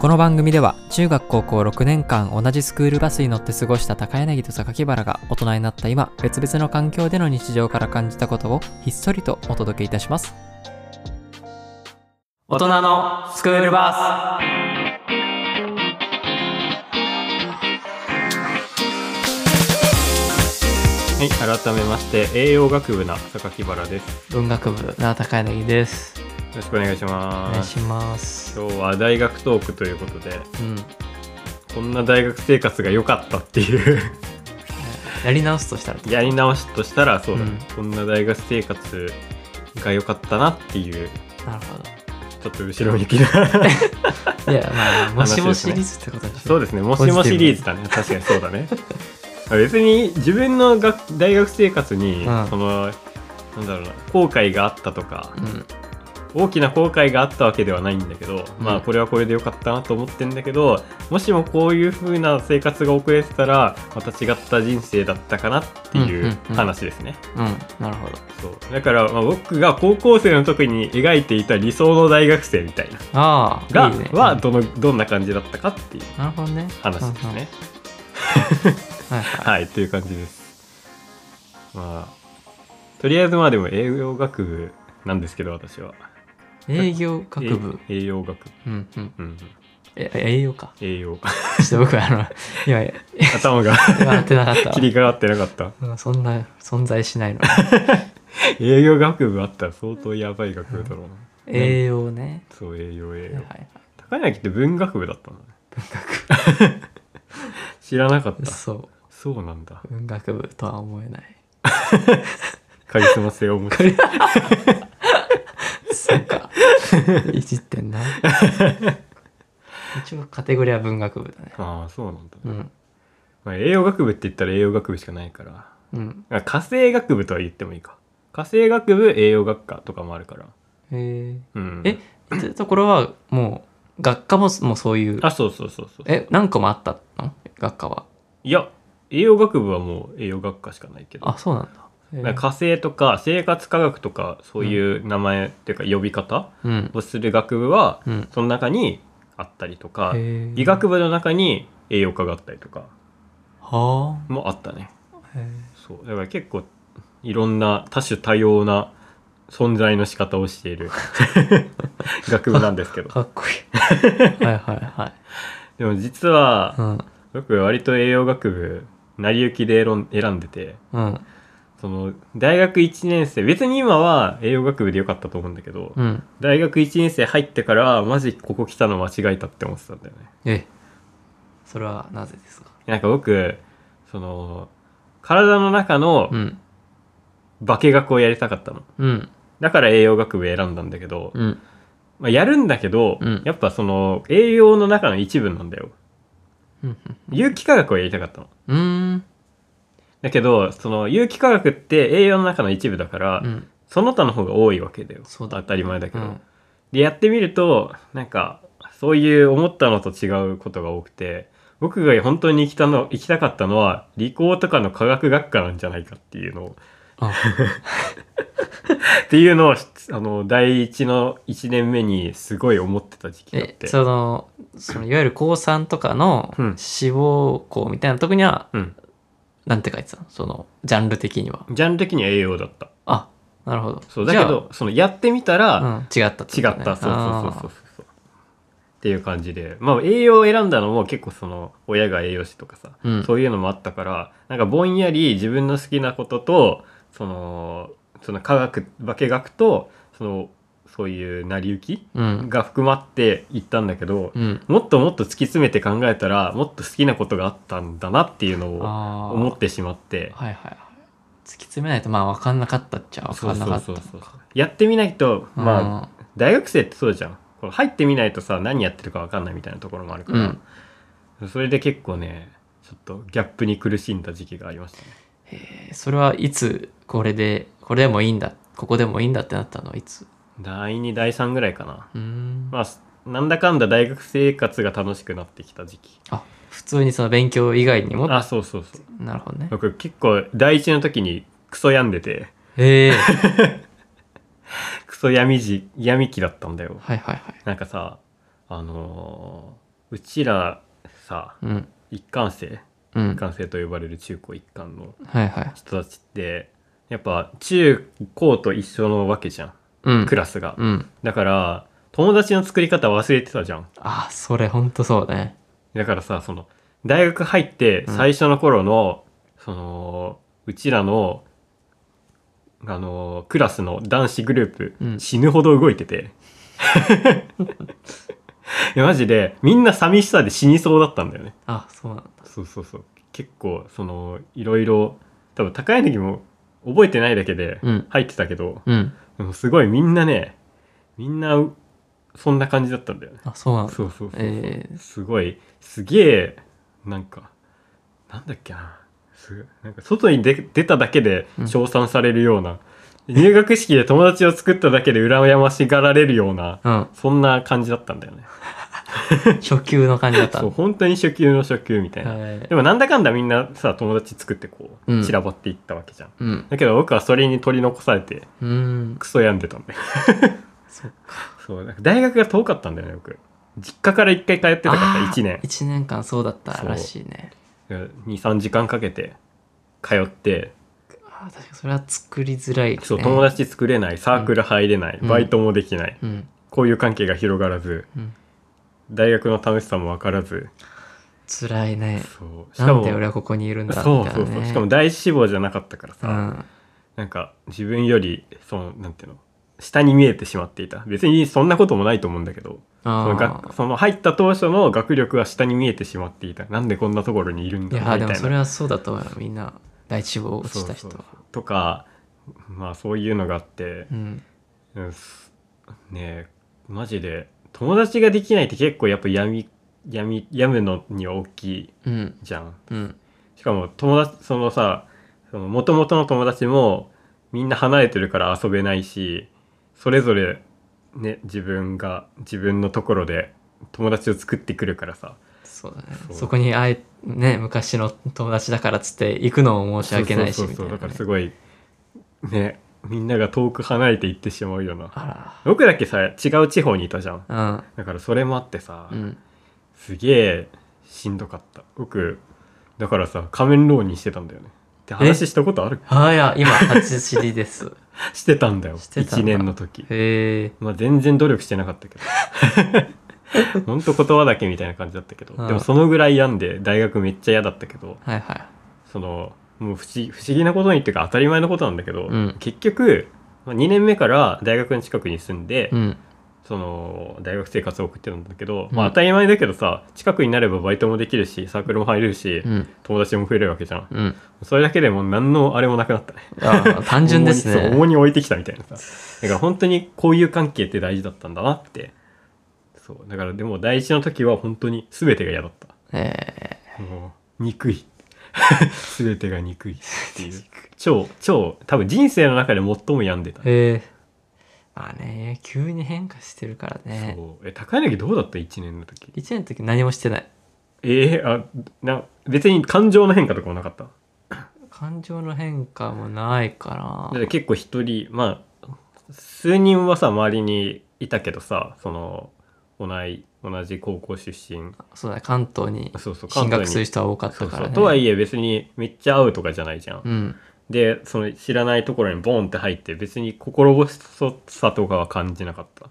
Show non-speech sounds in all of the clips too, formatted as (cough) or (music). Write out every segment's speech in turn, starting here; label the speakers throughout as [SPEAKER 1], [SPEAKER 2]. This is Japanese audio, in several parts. [SPEAKER 1] この番組では中学高校6年間同じスクールバスに乗って過ごした高柳と榊原が大人になった今別々の環境での日常から感じたことをひっそりとお届けいたします大人のスクールバス
[SPEAKER 2] はい、改めまして栄養学部の榊原です。
[SPEAKER 1] 文学部な高柳です
[SPEAKER 2] よろしくお願いし
[SPEAKER 1] お
[SPEAKER 2] ます。
[SPEAKER 1] 願いします
[SPEAKER 2] 今日は大学トークということで、
[SPEAKER 1] うん
[SPEAKER 2] こんな大学生活が良かったっていう (laughs)
[SPEAKER 1] やり直すとしたら
[SPEAKER 2] やり直しとしたらそうだ、ね
[SPEAKER 1] うん
[SPEAKER 2] こんな大学生活が良かったなっていう
[SPEAKER 1] なるほ
[SPEAKER 2] ちょっと後ろ向き
[SPEAKER 1] (laughs)
[SPEAKER 2] な
[SPEAKER 1] どいやまあもしも
[SPEAKER 2] 話です
[SPEAKER 1] シ
[SPEAKER 2] ね
[SPEAKER 1] リーズってことでしょ
[SPEAKER 2] そうですねもしもシリーズだね確かにそうだね別に自分の学大学生活に、
[SPEAKER 1] うん
[SPEAKER 2] そのなんだろうな後悔があったとか
[SPEAKER 1] う、ん
[SPEAKER 2] 大きな後悔があったわけではないんだけど、
[SPEAKER 1] うん
[SPEAKER 2] まあこれはこれで良かったなと思ってんだけどもしもこういう風な生活が遅れてたらまた違った人生だったかなってい
[SPEAKER 1] んうん
[SPEAKER 2] う
[SPEAKER 1] うん
[SPEAKER 2] 話ですね、
[SPEAKER 1] うんなるほど
[SPEAKER 2] そうだからまあ僕が高校生の時に描いていた理想の大学生みたいな
[SPEAKER 1] ああ
[SPEAKER 2] が
[SPEAKER 1] いいね
[SPEAKER 2] は
[SPEAKER 1] うん
[SPEAKER 2] どのどんな感じだったかっていう
[SPEAKER 1] なるほどね
[SPEAKER 2] 話ですね、
[SPEAKER 1] うんうんはいはい
[SPEAKER 2] はいという感じですまあとりあえずまあでも栄養学部なんですけど私は
[SPEAKER 1] 営業学部
[SPEAKER 2] え栄養学部
[SPEAKER 1] うんうん
[SPEAKER 2] うんうん
[SPEAKER 1] え栄養か
[SPEAKER 2] 栄
[SPEAKER 1] (laughs)
[SPEAKER 2] 養
[SPEAKER 1] ちょっと僕
[SPEAKER 2] (laughs)
[SPEAKER 1] あの今
[SPEAKER 2] 頭が
[SPEAKER 1] 笑ってなか
[SPEAKER 2] (laughs)
[SPEAKER 1] ったわ
[SPEAKER 2] 切り替わってなかった
[SPEAKER 1] うんそんな存在しないの
[SPEAKER 2] 営業学部あったら相当やばい学部だろうな、
[SPEAKER 1] 栄養ね
[SPEAKER 2] そう栄養栄
[SPEAKER 1] はいは
[SPEAKER 2] 養
[SPEAKER 1] い
[SPEAKER 2] 高柳って文学部だったのね文学 (laughs) 知らなかった
[SPEAKER 1] そ
[SPEAKER 2] そうなんだ
[SPEAKER 1] う文学部とは思えない
[SPEAKER 2] カリスマ性を持ち
[SPEAKER 1] (laughs) そうかいじってんな一応カテゴリーは文学部だね
[SPEAKER 2] ああそうなんだ、
[SPEAKER 1] うん
[SPEAKER 2] まあ、栄養学部って言ったら栄養学部しかないから
[SPEAKER 1] うん
[SPEAKER 2] あ家政学部とは言ってもいいか家政学部栄養学科とかもあるから
[SPEAKER 1] えー、
[SPEAKER 2] うん
[SPEAKER 1] えってところはもう学科ももうそういう
[SPEAKER 2] あそうそうそうそう
[SPEAKER 1] え何個もあったの学科はい
[SPEAKER 2] や栄養学部はもう栄養学科しかないけど
[SPEAKER 1] あそうなんだ、えー
[SPEAKER 2] なんか火星とか生活科学とかそういう名前っていうか呼び方
[SPEAKER 1] うん
[SPEAKER 2] をする学部は
[SPEAKER 1] うん
[SPEAKER 2] その中にあったりとか
[SPEAKER 1] へー
[SPEAKER 2] 医学部の中に栄養科があったりとか
[SPEAKER 1] は
[SPEAKER 2] もあったね
[SPEAKER 1] あへー
[SPEAKER 2] そうだから結構いろんな多種多様な存在の仕方をしている (laughs) 学部なんですけど
[SPEAKER 1] かっこ (laughs) いいはいはいはい
[SPEAKER 2] でも実は
[SPEAKER 1] うん
[SPEAKER 2] 僕割と栄養学部成り行きで選ん選んでて
[SPEAKER 1] うん
[SPEAKER 2] その大学1年生別に今は栄養学部でよかったと思うんだけど、
[SPEAKER 1] うん
[SPEAKER 2] 大学1年生入ってからマジここ来たの間違えたって思ってたんだよ
[SPEAKER 1] え
[SPEAKER 2] ね
[SPEAKER 1] それはなぜですか
[SPEAKER 2] なんか僕その体の中の
[SPEAKER 1] うん
[SPEAKER 2] 化学をやりたかったの
[SPEAKER 1] うん
[SPEAKER 2] だから栄養学部選んだんだけど、
[SPEAKER 1] うん
[SPEAKER 2] まあ、やるんだけど、
[SPEAKER 1] うん
[SPEAKER 2] やっぱその栄養の中の一部なんだよ
[SPEAKER 1] うん
[SPEAKER 2] 有機化学をやりたかったの
[SPEAKER 1] うん
[SPEAKER 2] だけどその有機化学って栄養の中の一部だから、
[SPEAKER 1] うん
[SPEAKER 2] その他の方が多いわけだよ
[SPEAKER 1] そうだ
[SPEAKER 2] 当たり前だけ
[SPEAKER 1] う
[SPEAKER 2] ど、
[SPEAKER 1] ん
[SPEAKER 2] でやってみるとなんかそういう思ったのと違うことが多くて僕が本当に行きたの行きたかったのは理工とかの科学学科なんじゃないかっていうのを
[SPEAKER 1] あ
[SPEAKER 2] っていうのをあの第一の1年目にすごい思ってた時期があっ
[SPEAKER 1] え
[SPEAKER 2] て
[SPEAKER 1] そのそのいわゆる高3とかの
[SPEAKER 2] うん
[SPEAKER 1] 志望校みたいなとこには、
[SPEAKER 2] うん
[SPEAKER 1] なんて書いてたのそのジャンル的には
[SPEAKER 2] ジャンル的には栄養だった
[SPEAKER 1] あなるほど
[SPEAKER 2] そうだけどそのやってみたら、
[SPEAKER 1] じゃあ、うん、違った
[SPEAKER 2] 違ったそうそうそうそう
[SPEAKER 1] う
[SPEAKER 2] そうっていう感じでまあ栄養を選んだのも結構その親が栄養士とかさ、
[SPEAKER 1] うん
[SPEAKER 2] そういうのもあったからなんかぼんやり自分の好きなこととそのその科学化学とそのそういう成り行き
[SPEAKER 1] うん
[SPEAKER 2] が含まっていったんだけど、
[SPEAKER 1] うん
[SPEAKER 2] もっともっと突き詰めて考えたらもっと好きなことがあったんだなっていうのを
[SPEAKER 1] あ
[SPEAKER 2] 思
[SPEAKER 1] ー
[SPEAKER 2] ってしまって
[SPEAKER 1] はいはいはい突き詰めないとまあ分かんなかったっちゃ分
[SPEAKER 2] そ
[SPEAKER 1] か
[SPEAKER 2] うんそ
[SPEAKER 1] な
[SPEAKER 2] う
[SPEAKER 1] かった
[SPEAKER 2] そう
[SPEAKER 1] の
[SPEAKER 2] そう
[SPEAKER 1] か
[SPEAKER 2] やってみないとまあ、
[SPEAKER 1] あ
[SPEAKER 2] 大学生ってそうじゃんこれ入ってみないとさ何やってるか分かんないみたいなところもあるから、それで結構ねちょっとギャップに苦しんだ時期がありましたね
[SPEAKER 1] えーそれはいつこれでこれでもいいんだここでもいいんだってなったのはいつ
[SPEAKER 2] 第2第3ぐらいかな
[SPEAKER 1] うーん
[SPEAKER 2] まあなんだかんだ大学生活が楽しくなってきた時期
[SPEAKER 1] あ普通にその勉強以外にも
[SPEAKER 2] あそうそうそう
[SPEAKER 1] なるほどね
[SPEAKER 2] 僕結構第一の時にクソ病んでて
[SPEAKER 1] ええ
[SPEAKER 2] クソ闇じ闇期だったんだよ
[SPEAKER 1] はいはいはい
[SPEAKER 2] なんかさあのーうちらさ
[SPEAKER 1] うん
[SPEAKER 2] 一貫生
[SPEAKER 1] うん
[SPEAKER 2] 一貫生と呼ばれる中高一貫の
[SPEAKER 1] はいはい
[SPEAKER 2] 人たちってやっぱ中高と一緒のわけじゃん
[SPEAKER 1] うん
[SPEAKER 2] クラスが
[SPEAKER 1] うん
[SPEAKER 2] だから友達の作り方忘れてたじゃん
[SPEAKER 1] あそれほんとそうね
[SPEAKER 2] だからさその大学入って最初の頃の、そのうちらのあのクラスの男子グループ、
[SPEAKER 1] うん
[SPEAKER 2] 死ぬほど動いてて (laughs) いやマジでみんな寂しさで死にそうだったんだよね
[SPEAKER 1] あそうなんだ
[SPEAKER 2] そうそうそう結構そのいろいろ多分高柳も覚えてないだけで
[SPEAKER 1] うん
[SPEAKER 2] 入ってたけど、
[SPEAKER 1] うん
[SPEAKER 2] でもすごいみんなねみんなうそんな感じだったんだよね
[SPEAKER 1] あそうなんだ
[SPEAKER 2] そうそうそうそう、
[SPEAKER 1] えー
[SPEAKER 2] すごいすげえなんかなんだっけなすごいなんか外に出出ただけで
[SPEAKER 1] うん
[SPEAKER 2] 称賛されるような、入学式で友達を作っただけで羨ましがられるような
[SPEAKER 1] うん
[SPEAKER 2] そんな感じだったんだよね (laughs)
[SPEAKER 1] 初級の感じだった
[SPEAKER 2] そう本当に初級の初級みたいな、
[SPEAKER 1] はい
[SPEAKER 2] でもなんだかんだみんなさ友達作ってこ
[SPEAKER 1] うん
[SPEAKER 2] う散らばっていったわけじゃん、
[SPEAKER 1] うん
[SPEAKER 2] だけど僕はそれに取り残されて
[SPEAKER 1] うん
[SPEAKER 2] クソ病んでたんだよ
[SPEAKER 1] (laughs) そっ
[SPEAKER 2] そうなんか大学が遠かったんだよね僕実家から一回通ってたから1年
[SPEAKER 1] 1年間そうだったらしいね
[SPEAKER 2] 23時間かけて通って
[SPEAKER 1] あー確かにそれは作りづらい、ね、
[SPEAKER 2] そう友達作れないサークル入れない、
[SPEAKER 1] うん
[SPEAKER 2] バイトもできない
[SPEAKER 1] うん
[SPEAKER 2] こういう関係が広がらず
[SPEAKER 1] うん
[SPEAKER 2] 大学の楽しさも分からず
[SPEAKER 1] 辛いね
[SPEAKER 2] そうしか
[SPEAKER 1] なん
[SPEAKER 2] も
[SPEAKER 1] で俺はここにいるんだみたい
[SPEAKER 2] そ
[SPEAKER 1] な、
[SPEAKER 2] う
[SPEAKER 1] ね、
[SPEAKER 2] そうそうしかも第一志望じゃなかったから
[SPEAKER 1] う
[SPEAKER 2] さ、
[SPEAKER 1] ん
[SPEAKER 2] なんか自分よりそのなんていうの下に見えてしまっていた別にそんなこともないと思うんだけどその
[SPEAKER 1] あ
[SPEAKER 2] 学その入った当初の学力は下に見えてしまっていたなんでこんなところにいるん
[SPEAKER 1] ーい
[SPEAKER 2] だ
[SPEAKER 1] やー
[SPEAKER 2] み
[SPEAKER 1] で
[SPEAKER 2] た
[SPEAKER 1] も
[SPEAKER 2] い
[SPEAKER 1] そ
[SPEAKER 2] な
[SPEAKER 1] れはそうだと思うよみんな第一志望落ちた人
[SPEAKER 2] そう
[SPEAKER 1] は
[SPEAKER 2] そうそうとかまあそういうのがあって
[SPEAKER 1] う、ん
[SPEAKER 2] うんすねえマジで友達ができないって結構やっぱ闇闇病むのには大きい
[SPEAKER 1] うん
[SPEAKER 2] じゃん
[SPEAKER 1] うん
[SPEAKER 2] しかも友達そのさその元々の友達もみんな離れてるから遊べないしそれぞれね自分が自分のところで友達を作ってくるからさ
[SPEAKER 1] そうだね
[SPEAKER 2] そ
[SPEAKER 1] そうこにあえね昔の友達だからっつって行くのも申し訳ないし
[SPEAKER 2] そう
[SPEAKER 1] み
[SPEAKER 2] そ
[SPEAKER 1] た
[SPEAKER 2] うそう
[SPEAKER 1] いな、
[SPEAKER 2] だ
[SPEAKER 1] ね
[SPEAKER 2] から、すごいねみんなが遠く離れていってしまうような
[SPEAKER 1] あ
[SPEAKER 2] 僕だけさ違う地方にいたじゃん
[SPEAKER 1] ら
[SPEAKER 2] だからそれもあってさ、
[SPEAKER 1] うんうん
[SPEAKER 2] すげえしんどかった僕だからさ仮面浪人してたんだよねって話したことある
[SPEAKER 1] ああいや今初知りです
[SPEAKER 2] してたんだよ
[SPEAKER 1] してたんだ
[SPEAKER 2] 1年の時
[SPEAKER 1] へえ
[SPEAKER 2] まあ全然努力してなかったけど (laughs) ほんと言葉だけみたいな感じだったけど
[SPEAKER 1] うん
[SPEAKER 2] でもそのぐらい病んで大学めっちゃ嫌だったけど
[SPEAKER 1] はいは
[SPEAKER 2] そのもう不思不思議なことにっていうか当たり前のことなんだけど、
[SPEAKER 1] うん
[SPEAKER 2] 結局まあ2年目から大学の近くに住んで、
[SPEAKER 1] いうん
[SPEAKER 2] その大学生活を送ってたんだけど、
[SPEAKER 1] うん
[SPEAKER 2] まあ当たり前だけどさ近くになればバイトもできるしサークルも入れるし、
[SPEAKER 1] うん
[SPEAKER 2] 友達も増えるわけじゃん、
[SPEAKER 1] うん
[SPEAKER 2] それだけでもう何のあれもなくなったね
[SPEAKER 1] あー単純です
[SPEAKER 2] (laughs) 重荷そう重
[SPEAKER 1] ね
[SPEAKER 2] に置いてきたみたいなさだから本当にこういう関係って大事だったんだなってそうだからでも第一の時は本当に全てが嫌だった
[SPEAKER 1] え
[SPEAKER 2] もう憎い (laughs) 全てが憎いって
[SPEAKER 1] (laughs)
[SPEAKER 2] いう超超多分人生の中で最も病んでた、
[SPEAKER 1] ー、えー、まあね急に変化してるからね
[SPEAKER 2] そうえ高柳どうだった1年の時
[SPEAKER 1] 1年の時何もしてない
[SPEAKER 2] ええあな別に感情の変化とかもなかった
[SPEAKER 1] 感情の変化もないか
[SPEAKER 2] だっ
[SPEAKER 1] ら
[SPEAKER 2] て結構一人まあ数人はさ周りにいたけどさその同い同じ高校出身
[SPEAKER 1] そうだね関東に
[SPEAKER 2] そうそう
[SPEAKER 1] 進学
[SPEAKER 2] に
[SPEAKER 1] する人は多かった
[SPEAKER 2] そう
[SPEAKER 1] か
[SPEAKER 2] そ
[SPEAKER 1] ら
[SPEAKER 2] う
[SPEAKER 1] ね
[SPEAKER 2] とはいえ別にめっちゃ合うとかじゃないじゃん、
[SPEAKER 1] うん
[SPEAKER 2] でその知らないところにボンって入って別に心細さとかは感じなかった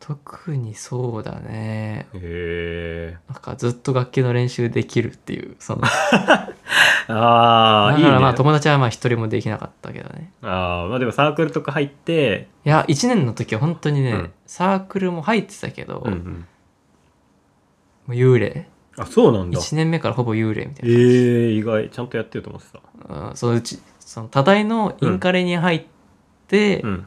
[SPEAKER 1] 特にそうだね
[SPEAKER 2] へえ
[SPEAKER 1] なんかずっと楽器の練習できるっていうそのだ
[SPEAKER 2] あ
[SPEAKER 1] か
[SPEAKER 2] あいいね
[SPEAKER 1] らまあ友達はまあ一人もできなかったけどね
[SPEAKER 2] あーまあでもサークルとか入って
[SPEAKER 1] いや1年の時は本当にね、
[SPEAKER 2] うん
[SPEAKER 1] サークルも入ってたけど、
[SPEAKER 2] うんう
[SPEAKER 1] も
[SPEAKER 2] ん
[SPEAKER 1] う幽霊
[SPEAKER 2] あそうなんだ
[SPEAKER 1] 1年目からほぼ幽霊みた
[SPEAKER 2] え
[SPEAKER 1] いな、
[SPEAKER 2] ー、意外ちゃんとやってると思ってた
[SPEAKER 1] うん、そのうちその多大のインカレに入って、
[SPEAKER 2] うん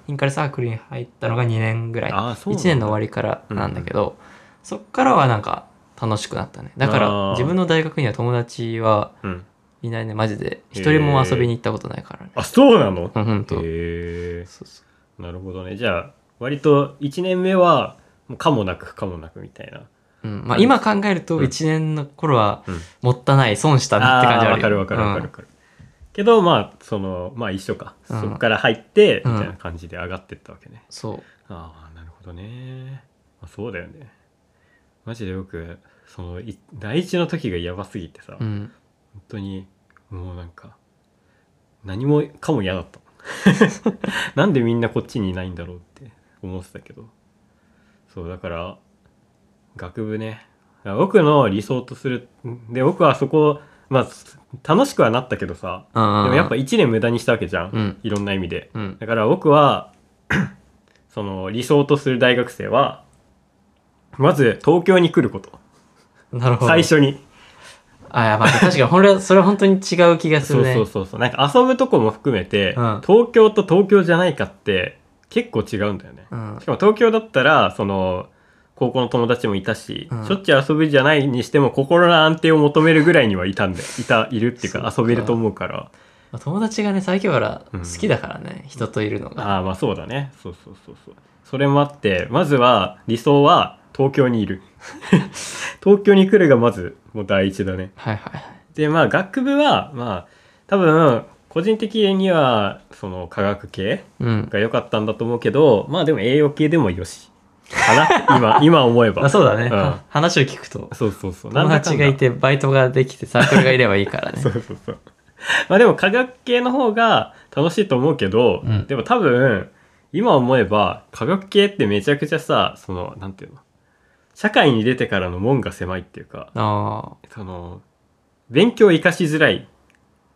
[SPEAKER 1] インカレサークルに入ったのが2年ぐらい
[SPEAKER 2] あーそ
[SPEAKER 1] 1
[SPEAKER 2] うなんだ
[SPEAKER 1] 年の終わりからなんだけど、そっからはなんか楽しくなったねだか
[SPEAKER 2] あ
[SPEAKER 1] ら
[SPEAKER 2] ー
[SPEAKER 1] 自分の大学には友達は
[SPEAKER 2] うん
[SPEAKER 1] いないねマジで
[SPEAKER 2] へー
[SPEAKER 1] 一人も遊びに行ったことないからね
[SPEAKER 2] あそうなの
[SPEAKER 1] うんほんと
[SPEAKER 2] へえ
[SPEAKER 1] そうそう
[SPEAKER 2] なるほどねじゃあ割と1年目はもうかもなくかもなくみたいな
[SPEAKER 1] うんまあ、今考えると
[SPEAKER 2] うん
[SPEAKER 1] 1年の頃は
[SPEAKER 2] うん
[SPEAKER 1] もったない損したなって感じ
[SPEAKER 2] あ
[SPEAKER 1] ある
[SPEAKER 2] ーわかるわかるわかるわかる、けどまあそのまあ一緒か、
[SPEAKER 1] うん
[SPEAKER 2] そこから入って
[SPEAKER 1] うん
[SPEAKER 2] みたいな感じで上がってったわけね、
[SPEAKER 1] そう
[SPEAKER 2] ああなるほどね、まあ、そうだよねマジで僕そのい第一の時がやばすぎてさ、
[SPEAKER 1] うん
[SPEAKER 2] 本当にもうなんか何もかも嫌だった (laughs) なんでみんなこっちにいないんだろうって思ってたけどそうだから学部ね僕の理想とするで僕はそこまあ楽しくはなったけどさ
[SPEAKER 1] で
[SPEAKER 2] で
[SPEAKER 1] も
[SPEAKER 2] もやっぱ1年無駄にしたわけじゃん、
[SPEAKER 1] うん
[SPEAKER 2] いろんな意味で
[SPEAKER 1] うん
[SPEAKER 2] だから僕は (clears throat) その理想とする大学生はまず東京に来ること
[SPEAKER 1] なるほど
[SPEAKER 2] 最初に
[SPEAKER 1] あいやまあ確かにほんれそれは本当に違う気がす
[SPEAKER 2] そ
[SPEAKER 1] る
[SPEAKER 2] う
[SPEAKER 1] ね
[SPEAKER 2] そうそうそうなんか遊ぶとこも含めて、
[SPEAKER 1] うん
[SPEAKER 2] 東京と東京じゃないかって結構違うんだよね、
[SPEAKER 1] うん
[SPEAKER 2] しかも東京だったらその高校の友達もいたし、
[SPEAKER 1] うん
[SPEAKER 2] しょっちゅう遊ぶじゃないにしても心の安定を求めるぐらいにはいたん
[SPEAKER 1] (laughs)
[SPEAKER 2] でいたいるっていう
[SPEAKER 1] そ
[SPEAKER 2] か
[SPEAKER 1] っか
[SPEAKER 2] 遊べると思うから
[SPEAKER 1] まあ友達がね最原
[SPEAKER 2] う
[SPEAKER 1] 好
[SPEAKER 2] ん
[SPEAKER 1] きだからね、人といるのが
[SPEAKER 2] ああまあそうだねそうそうそうそうそれもあってまずは理想は東京にいる (laughs) 東京に来るがまずもう第一だね
[SPEAKER 1] はいはいはい
[SPEAKER 2] でまあ学部はまあ多分個人的にはその科学系
[SPEAKER 1] うん
[SPEAKER 2] が良かったんだと思うけどまあでも栄養系でもよしか
[SPEAKER 1] (laughs)
[SPEAKER 2] な今今思えば
[SPEAKER 1] あそうだね、
[SPEAKER 2] うん
[SPEAKER 1] は話を聞くと
[SPEAKER 2] そうそうそう
[SPEAKER 1] 友達がいてバイトができてサークルがいればいいからね
[SPEAKER 2] そうそうそうまあでも科学系の方が楽しいと思うけど、
[SPEAKER 1] うん
[SPEAKER 2] でも多分今思えば科学系ってめちゃくちゃさそのなんていうの社会に出てからの門が狭いっていうか
[SPEAKER 1] あ
[SPEAKER 2] その勉強を生かしづらい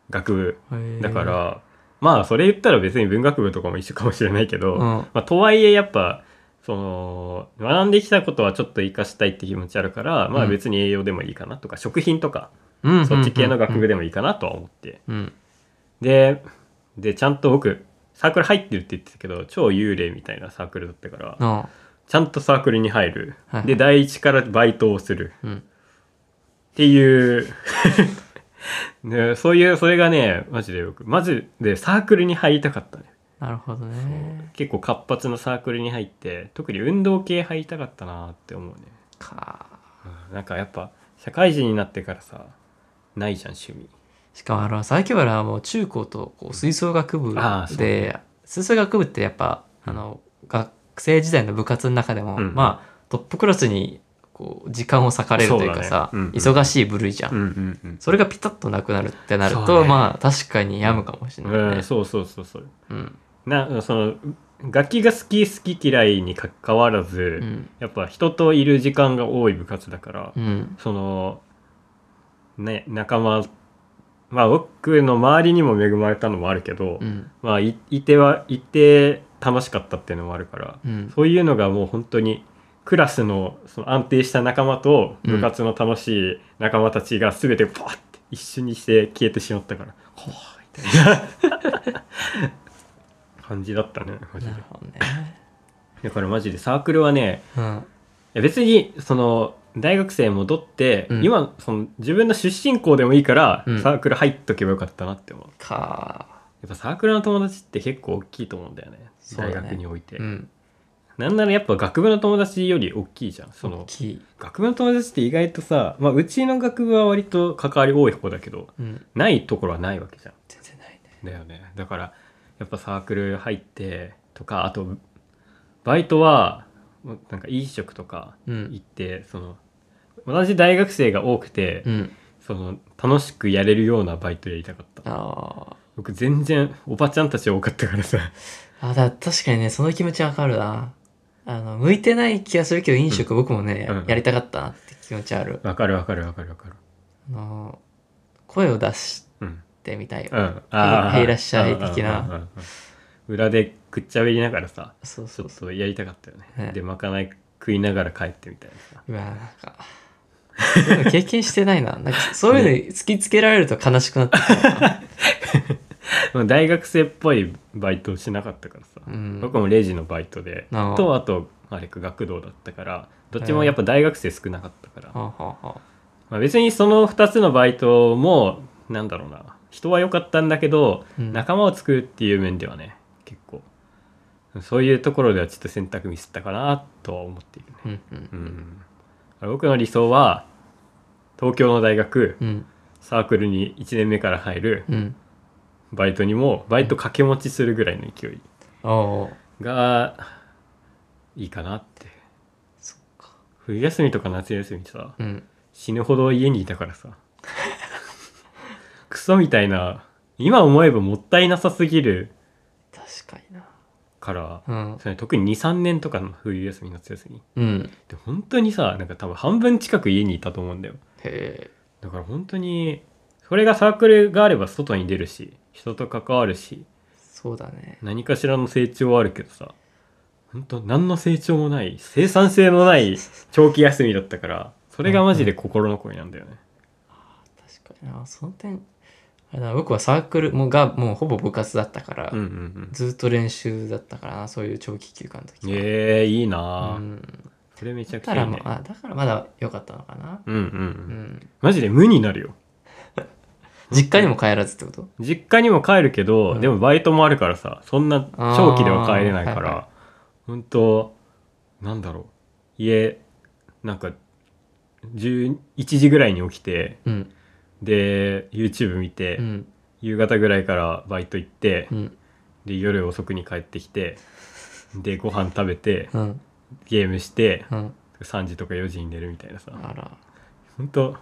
[SPEAKER 2] 学部
[SPEAKER 1] あへえ
[SPEAKER 2] だから、まあそれ言ったら別に文学部とかも一緒かもしれないけど、
[SPEAKER 1] うん
[SPEAKER 2] まあ、とはいえやっぱその学んできたことはちょっと生かしたいって気持ちあるから、
[SPEAKER 1] う
[SPEAKER 2] まあ
[SPEAKER 1] ん
[SPEAKER 2] 別に栄養でもいいかなとか食品とか、
[SPEAKER 1] うんうんうん
[SPEAKER 2] そっち系の学部でもいいかなとは思って、
[SPEAKER 1] うん
[SPEAKER 2] ででちゃんと僕サークル入ってるって言ってたけど超幽霊みたいなサークルだったから、
[SPEAKER 1] あ
[SPEAKER 2] ちゃんとサークルに入る、
[SPEAKER 1] はいはい
[SPEAKER 2] で第一からバイトをする
[SPEAKER 1] あうん
[SPEAKER 2] っていう
[SPEAKER 1] (laughs)
[SPEAKER 2] ね、そういうそれがねマジでよくマジでサークルに入りたかったね
[SPEAKER 1] なるほどね
[SPEAKER 2] 結構活発なサークルに入って特に運動系入りたかったなって思うね、
[SPEAKER 1] か
[SPEAKER 2] うんなんかやっぱ社会人になってからさないじゃん趣味
[SPEAKER 1] しかもあの榊原はもう中高とこう吹奏楽部
[SPEAKER 2] ああそう
[SPEAKER 1] で、吹奏楽部ってやっぱあの学生時代の部活の中でも、
[SPEAKER 2] うん
[SPEAKER 1] まあトップクラスにこう時間を割かれるというかさ
[SPEAKER 2] そうだねうん
[SPEAKER 1] 忙しい部類じゃん、
[SPEAKER 2] んうんうん
[SPEAKER 1] それがピタッとなくなるってなる
[SPEAKER 2] そう
[SPEAKER 1] と、
[SPEAKER 2] ね
[SPEAKER 1] まあ確かに病むかもしれないね、
[SPEAKER 2] そうそうそうそう
[SPEAKER 1] うん
[SPEAKER 2] なその楽器が好き好き嫌いにかかわらず、
[SPEAKER 1] うん
[SPEAKER 2] やっぱ人といる時間が多い部活だから、
[SPEAKER 1] うん
[SPEAKER 2] そのね仲間まあ僕の周りにも恵まれたのもあるけど、
[SPEAKER 1] うん
[SPEAKER 2] まあいいてはいて楽しかったっていうのもあるから、
[SPEAKER 1] うん
[SPEAKER 2] そういうのがもう本当にクラスのその安定した仲間と
[SPEAKER 1] うん
[SPEAKER 2] 部活の楽しい仲間たちが全てパッて一緒にして消えてしまったから、ほーみたいな感じだったねマジで
[SPEAKER 1] なるほどね、
[SPEAKER 2] だからマジでサークルはね
[SPEAKER 1] うん、
[SPEAKER 2] いや別にその大学生戻って、
[SPEAKER 1] うん
[SPEAKER 2] 今その自分の出身校でもいいから、
[SPEAKER 1] うん
[SPEAKER 2] サークル入っとけばよかったなって思う
[SPEAKER 1] か
[SPEAKER 2] やっぱサークルの友達って結構大きいと思うんだよね
[SPEAKER 1] そうだ
[SPEAKER 2] 大
[SPEAKER 1] ね
[SPEAKER 2] 学において、
[SPEAKER 1] うん
[SPEAKER 2] なんならやっぱ学部の友達より大きいじゃんそ
[SPEAKER 1] 大
[SPEAKER 2] の
[SPEAKER 1] きい、
[SPEAKER 2] 学部の友達って意外とさ、まあ、うちの学部は割と関わり多い方だけど
[SPEAKER 1] うん、
[SPEAKER 2] ないところはないわけじゃん
[SPEAKER 1] 全然ないね
[SPEAKER 2] だよねだからやっぱサークル入ってとかあとバイトはなんか飲食とか
[SPEAKER 1] うん
[SPEAKER 2] 行ってその同じ大学生が多くて、
[SPEAKER 1] うん
[SPEAKER 2] その楽しくやれるようなバイトやりたかった
[SPEAKER 1] ああ
[SPEAKER 2] 僕全然おばちゃんたち多かったから
[SPEAKER 1] (laughs)
[SPEAKER 2] さ
[SPEAKER 1] あ、だ、確かにね、その気持ちわかるな。あの、向いてない気がするけど、飲食僕もね、
[SPEAKER 2] うん
[SPEAKER 1] やりたかったなって気持ちある。
[SPEAKER 2] わかるわかるわかるわかる。
[SPEAKER 1] あの、声を出し
[SPEAKER 2] うん。
[SPEAKER 1] てみたい。
[SPEAKER 2] うん。
[SPEAKER 1] へいへいらっしゃい的な
[SPEAKER 2] うんうんうんうん。裏でくっちゃべりながらさ、
[SPEAKER 1] そう
[SPEAKER 2] ち
[SPEAKER 1] そ
[SPEAKER 2] ょ
[SPEAKER 1] う
[SPEAKER 2] っ
[SPEAKER 1] そ
[SPEAKER 2] とやりたかったよ
[SPEAKER 1] ね
[SPEAKER 2] ね。で、まかない食いながら帰ってみたいなさ。
[SPEAKER 1] う。うわ、なんか、そういうの経験してないな。なんか、そういうの突きつけられると悲しくなってくるな。
[SPEAKER 2] まあ大学生っぽいバイトをしなかったからさ。
[SPEAKER 1] うん
[SPEAKER 2] 僕もレジのバイトで、
[SPEAKER 1] ああ
[SPEAKER 2] と、あと、あれか学童だったから、どっちもやっぱ大学生少なかったから。
[SPEAKER 1] はあはあはあ
[SPEAKER 2] まあ、別にその2つのバイトも、なんだろうな、人は良かったんだけど、
[SPEAKER 1] うん
[SPEAKER 2] 仲間を作るっていう面ではね結構そういうところではちょっと選択ミスったかなとは思っているね、
[SPEAKER 1] うんう
[SPEAKER 2] うんん、僕の理想は東京の大学
[SPEAKER 1] うん
[SPEAKER 2] サークルに1年目から入る
[SPEAKER 1] うん
[SPEAKER 2] バイトにもバイト掛け持ちするぐらいの勢い
[SPEAKER 1] おー
[SPEAKER 2] がいいかなって
[SPEAKER 1] そっか
[SPEAKER 2] 普冬休みとか夏休みさ
[SPEAKER 1] うん
[SPEAKER 2] 死ぬほど家にいたからさクソみたいな今思えばもったいなさすぎる
[SPEAKER 1] 確かにな
[SPEAKER 2] から
[SPEAKER 1] うん
[SPEAKER 2] それ特に23年とかの冬休み夏休み
[SPEAKER 1] うん
[SPEAKER 2] で本当にさなんか多分半分近く家にいたと思うんだよ
[SPEAKER 1] へえ
[SPEAKER 2] だから本当にそれがサークルがあれば外に出るし人と関わるし
[SPEAKER 1] そうだね
[SPEAKER 2] 何かしらの成長はあるけどさ本当何の成長もない生産性のない長期休みだったからそれがマジで心残りなんだよね、
[SPEAKER 1] 確かになその点あれだな僕はサークルもがもうほぼ部活だったから、
[SPEAKER 2] うんうん
[SPEAKER 1] ずっと練習だったからなそういう長期休暇の時
[SPEAKER 2] うん
[SPEAKER 1] は
[SPEAKER 2] ええいいなあ、
[SPEAKER 1] うん、
[SPEAKER 2] それめちゃ
[SPEAKER 1] だ
[SPEAKER 2] くち
[SPEAKER 1] か
[SPEAKER 2] ゃい
[SPEAKER 1] ら
[SPEAKER 2] い
[SPEAKER 1] ま
[SPEAKER 2] ね
[SPEAKER 1] あだからまだ良かったのかな、
[SPEAKER 2] うんうん
[SPEAKER 1] う
[SPEAKER 2] う
[SPEAKER 1] んん、
[SPEAKER 2] マジで無になるよ
[SPEAKER 1] 実家にも帰らずってこと
[SPEAKER 2] 実家にも帰るけど、
[SPEAKER 1] うん
[SPEAKER 2] でもバイトもあるからさそんな長期では帰れないか
[SPEAKER 1] あーはい
[SPEAKER 2] ら
[SPEAKER 1] は
[SPEAKER 2] 本当なんだろう家なんか11時ぐらいに起きて
[SPEAKER 1] うん
[SPEAKER 2] で YouTube 見て、
[SPEAKER 1] うん
[SPEAKER 2] 夕方ぐらいからバイト行って、
[SPEAKER 1] うん
[SPEAKER 2] で夜遅くに帰ってきてでご飯食べて
[SPEAKER 1] うん
[SPEAKER 2] ゲームして
[SPEAKER 1] うん
[SPEAKER 2] 3時とか4時に寝るみたいなさ
[SPEAKER 1] あら
[SPEAKER 2] 本当